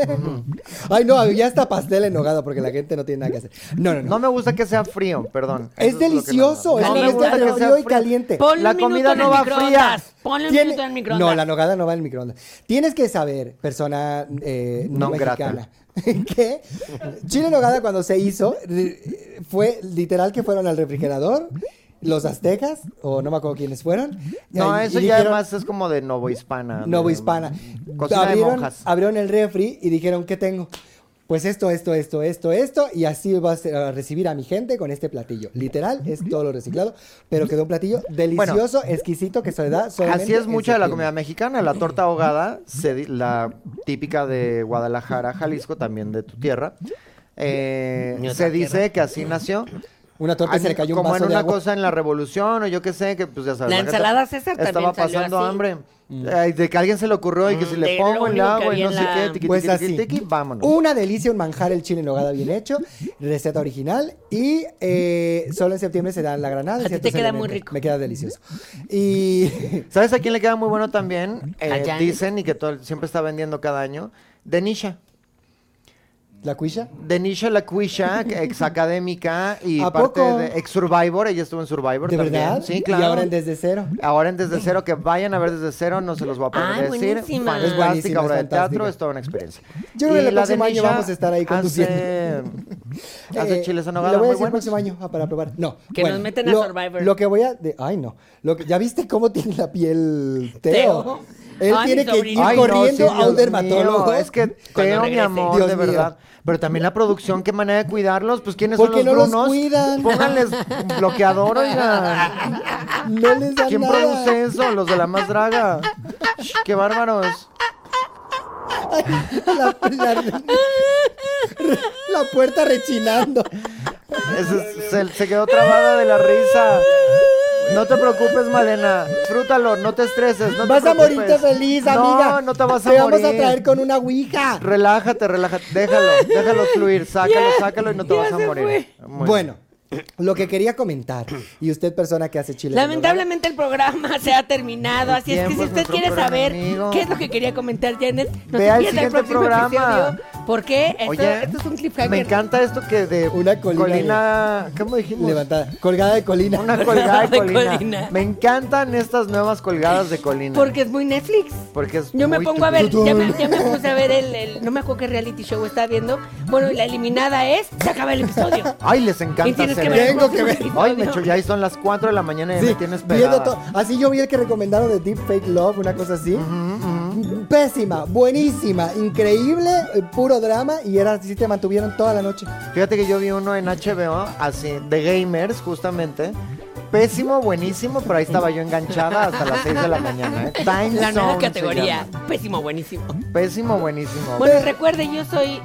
Speaker 1: Ay, no, ya está pastel en nogada porque la gente no tiene nada que hacer. No, no, no.
Speaker 3: No me gusta que sea frío, perdón.
Speaker 1: Es
Speaker 3: Eso lo que no-
Speaker 1: delicioso,
Speaker 2: es
Speaker 3: No
Speaker 2: una
Speaker 3: me
Speaker 2: mezcla
Speaker 3: gusta
Speaker 2: entre
Speaker 3: que sea
Speaker 1: frío y
Speaker 3: frío.
Speaker 1: caliente.
Speaker 2: Ponle
Speaker 3: La
Speaker 2: un minuto
Speaker 3: comida
Speaker 2: en el
Speaker 3: no va
Speaker 2: microondas,
Speaker 3: fría.
Speaker 2: Ponle un
Speaker 1: Tiene-
Speaker 2: minuto en el microondas.
Speaker 1: No, la nogada no va en el microondas. Tienes que saber, persona eh, no,
Speaker 3: Non
Speaker 1: mexicana, [laughs] que chile en nogada cuando se hizo re- fue literal que fueron al refrigerador los aztecas o no me acuerdo quiénes fueron. y
Speaker 3: No,
Speaker 1: ahí-
Speaker 3: eso
Speaker 1: y
Speaker 3: ya
Speaker 1: dijeron,
Speaker 3: además es como de novohispana. de-
Speaker 1: novohispana.
Speaker 3: Cocina de
Speaker 1: Abrieron,
Speaker 3: monjas.
Speaker 1: abrieron el refri y dijeron, ¿qué tengo? Pues esto, esto, esto, esto, esto, y así vas a recibir a mi gente con este platillo. Literal, es todo lo reciclado, pero quedó un platillo delicioso, exquisito, que se da solamente
Speaker 3: Así es
Speaker 1: en
Speaker 3: mucha de la comida
Speaker 1: septiembre.
Speaker 3: mexicana. La torta ahogada, se di- la típica de Guadalajara, Jalisco, también de tu tierra. Eh,
Speaker 2: Mi otra
Speaker 3: se dice
Speaker 2: tierra.
Speaker 3: que así nació.
Speaker 1: Una torta
Speaker 3: Ay,
Speaker 1: se le cayó un
Speaker 3: como
Speaker 1: vaso
Speaker 3: en
Speaker 1: de
Speaker 3: una
Speaker 1: agua.
Speaker 3: cosa en la revolución o yo qué sé, que pues ya sabes.
Speaker 2: La
Speaker 3: gente
Speaker 2: ensalada César también
Speaker 3: Estaba
Speaker 2: salió
Speaker 3: pasando
Speaker 2: así.
Speaker 3: hambre.
Speaker 1: Mm.
Speaker 3: Ay, de que a alguien se le ocurrió y que si
Speaker 2: Mm,
Speaker 3: le
Speaker 2: de lo
Speaker 3: pongo el
Speaker 2: único que
Speaker 3: agua y
Speaker 2: había
Speaker 3: no
Speaker 2: en
Speaker 3: sé
Speaker 2: la-
Speaker 3: qué, tiqui,
Speaker 1: Pues
Speaker 3: tiqui,
Speaker 1: así.
Speaker 3: tiqui, tiqui, vámonos.
Speaker 1: Una delicia, un manjar el chile en nogada bien hecho, receta original y eh, solo en septiembre se da en la granada. y
Speaker 2: A ti te
Speaker 1: ciertos
Speaker 2: queda muy rico.
Speaker 1: Me queda delicioso. Y [laughs]
Speaker 3: ¿Sabes a quién le queda muy bueno también? Eh,
Speaker 2: ¿A Jan?
Speaker 3: dicen y que todo- siempre está vendiendo cada año. Denisha.
Speaker 1: la cuisha.
Speaker 3: Denisha Laquisha, que
Speaker 1: [laughs]
Speaker 3: ex académica y
Speaker 1: ¿A
Speaker 3: parte
Speaker 1: poco?
Speaker 3: de ex Survivor, ella estuvo en Survivor
Speaker 1: ¿De
Speaker 3: también.
Speaker 1: verdad?
Speaker 3: Sí, claro.
Speaker 1: Y ahora en desde cero.
Speaker 3: Ahora
Speaker 1: [laughs]
Speaker 3: en Desde Cero, que vayan a ver Desde Cero, no se los va a poder
Speaker 2: Ay,
Speaker 3: decir.
Speaker 2: buenísima.
Speaker 1: Es
Speaker 3: Fantástica
Speaker 1: buenísima,
Speaker 3: obra
Speaker 1: es
Speaker 3: de teatro,
Speaker 1: fantástica.
Speaker 3: es toda una experiencia.
Speaker 1: Yo creo
Speaker 3: Y
Speaker 1: que el
Speaker 3: la
Speaker 1: próximo año
Speaker 3: Denisha
Speaker 1: vamos a estar ahí
Speaker 3: Hace, [laughs]
Speaker 1: [laughs]
Speaker 3: hace
Speaker 1: Eh,
Speaker 3: chiles en
Speaker 1: Lo
Speaker 3: nogada,
Speaker 1: voy a
Speaker 3: muy
Speaker 1: decir el
Speaker 3: bueno.
Speaker 1: próximo año ah, para probar. No.
Speaker 2: Que nos meten a
Speaker 1: lo-
Speaker 2: Survivor.
Speaker 1: Lo que voy a. de- ay, no. Lo que, ¿Ya viste cómo tiene la piel Teo?
Speaker 2: Teo.
Speaker 1: Él
Speaker 2: Ay,
Speaker 1: tiene
Speaker 2: mi
Speaker 1: que ir
Speaker 2: sobrino. Ay, no,
Speaker 1: corriendo
Speaker 3: sí,
Speaker 1: a un
Speaker 3: Dios
Speaker 1: dermatólogo.
Speaker 3: mío, es que Teo, mi
Speaker 2: regrese.
Speaker 3: amor,
Speaker 1: Dios
Speaker 3: de
Speaker 1: mío.
Speaker 3: verdad. Pero también la producción, qué manera de cuidarlos. Pues, ¿quiénes
Speaker 1: Porque
Speaker 3: son los
Speaker 1: no los
Speaker 3: brunos?
Speaker 1: cuidan.
Speaker 3: Pónganles bloqueador, oigan.
Speaker 1: No les da
Speaker 3: ¿Quién
Speaker 1: nada.
Speaker 3: produce eso? Los de la más draga. Sh, ¡Qué bárbaros!
Speaker 1: La, la- la puerta rechinando.
Speaker 3: Ese- se, se quedó trabada de la risa. No te preocupes, Malena. Disfrútalo, no te estreses. No te
Speaker 1: Vas a
Speaker 3: preocupes.
Speaker 1: morirte feliz, amiga.
Speaker 3: No, no te vas a
Speaker 1: Te
Speaker 3: morir.
Speaker 1: vamos a traer con una ouija.
Speaker 3: Relájate, relájate. Déjalo, déjalo fluir. Sácalo, sácalo y no te
Speaker 2: ya
Speaker 3: vas a
Speaker 2: se
Speaker 3: morir.
Speaker 2: fue.
Speaker 3: Muy
Speaker 1: bueno, lo que quería comentar, y usted persona que hace chile. en
Speaker 2: Lamentablemente el programa [laughs] se ha terminado, así es que si
Speaker 3: tiempo es
Speaker 2: usted
Speaker 3: nuestro
Speaker 2: quiere
Speaker 3: programa,
Speaker 2: saber
Speaker 3: amigo.
Speaker 2: qué es lo que quería comentar Janet, no
Speaker 3: Ve
Speaker 2: se pierda
Speaker 3: al
Speaker 2: el
Speaker 3: siguiente
Speaker 2: próximo
Speaker 3: programa.
Speaker 2: episodio ¿Por qué? Esto,
Speaker 3: Oye,
Speaker 2: esto es un cliffhanger.
Speaker 3: me encanta esto que de
Speaker 1: Una colina
Speaker 3: colina- ¿cómo dijimos?
Speaker 1: Levantada. Colgada de colina.
Speaker 3: Una colgada de
Speaker 2: [laughs] De
Speaker 3: colina.
Speaker 2: colina.
Speaker 3: Me encantan estas nuevas colgadas de colina.
Speaker 2: Porque es muy Netflix.
Speaker 3: Porque es
Speaker 2: Yo me
Speaker 3: muy
Speaker 2: pongo a ver,
Speaker 3: tutu.
Speaker 2: ya me, ya me puse a ver el, el- no me acuerdo qué reality show estaba viendo. Bueno, y la eliminada es, se acaba el episodio.
Speaker 3: [laughs] Ay, les encanta
Speaker 2: y tienes que
Speaker 3: hacer
Speaker 2: ver. el
Speaker 3: eso.
Speaker 1: Tengo que
Speaker 2: próximo
Speaker 1: ver.
Speaker 2: episodio.
Speaker 3: Ay, Mecho, ya ahí son las 4 de la mañana y
Speaker 1: Sí,
Speaker 3: me tienes
Speaker 1: viendo
Speaker 3: pegada.
Speaker 1: to- Así yo vi el que recomendaron de Deep Fake Love, una cosa así. Pésima, buenísima, increíble, eh, puro drama y era así te mantuvieron toda la noche.
Speaker 3: Fíjate que yo vi uno en HBO, así, de gamers, justamente. Pésimo, buenísimo, pero ahí estaba yo enganchada hasta las 6 de la mañana. ¿eh? Time
Speaker 2: La nueva
Speaker 3: Zone se
Speaker 2: categoría.
Speaker 3: llama.
Speaker 2: Pésimo, buenísimo.
Speaker 3: Pésimo, buenísimo.
Speaker 2: Bueno, recuerde, yo soy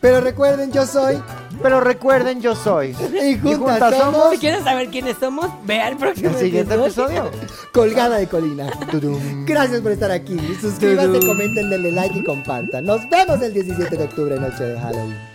Speaker 1: Pero recuerden, yo soy
Speaker 3: Pero recuerden, yo
Speaker 2: [laughs]
Speaker 3: soy.
Speaker 1: y juntas, somos,
Speaker 2: Si quieres saber quiénes somos, ve al próximo
Speaker 3: El siguiente episodio.
Speaker 1: Colgada de Colina.
Speaker 3: Tudum.
Speaker 1: Gracias por estar aquí. Suscríbanse,
Speaker 3: Tudum.
Speaker 1: comenten, denle like y compartan. Nos vemos el 17 de octubre, noche de Halloween.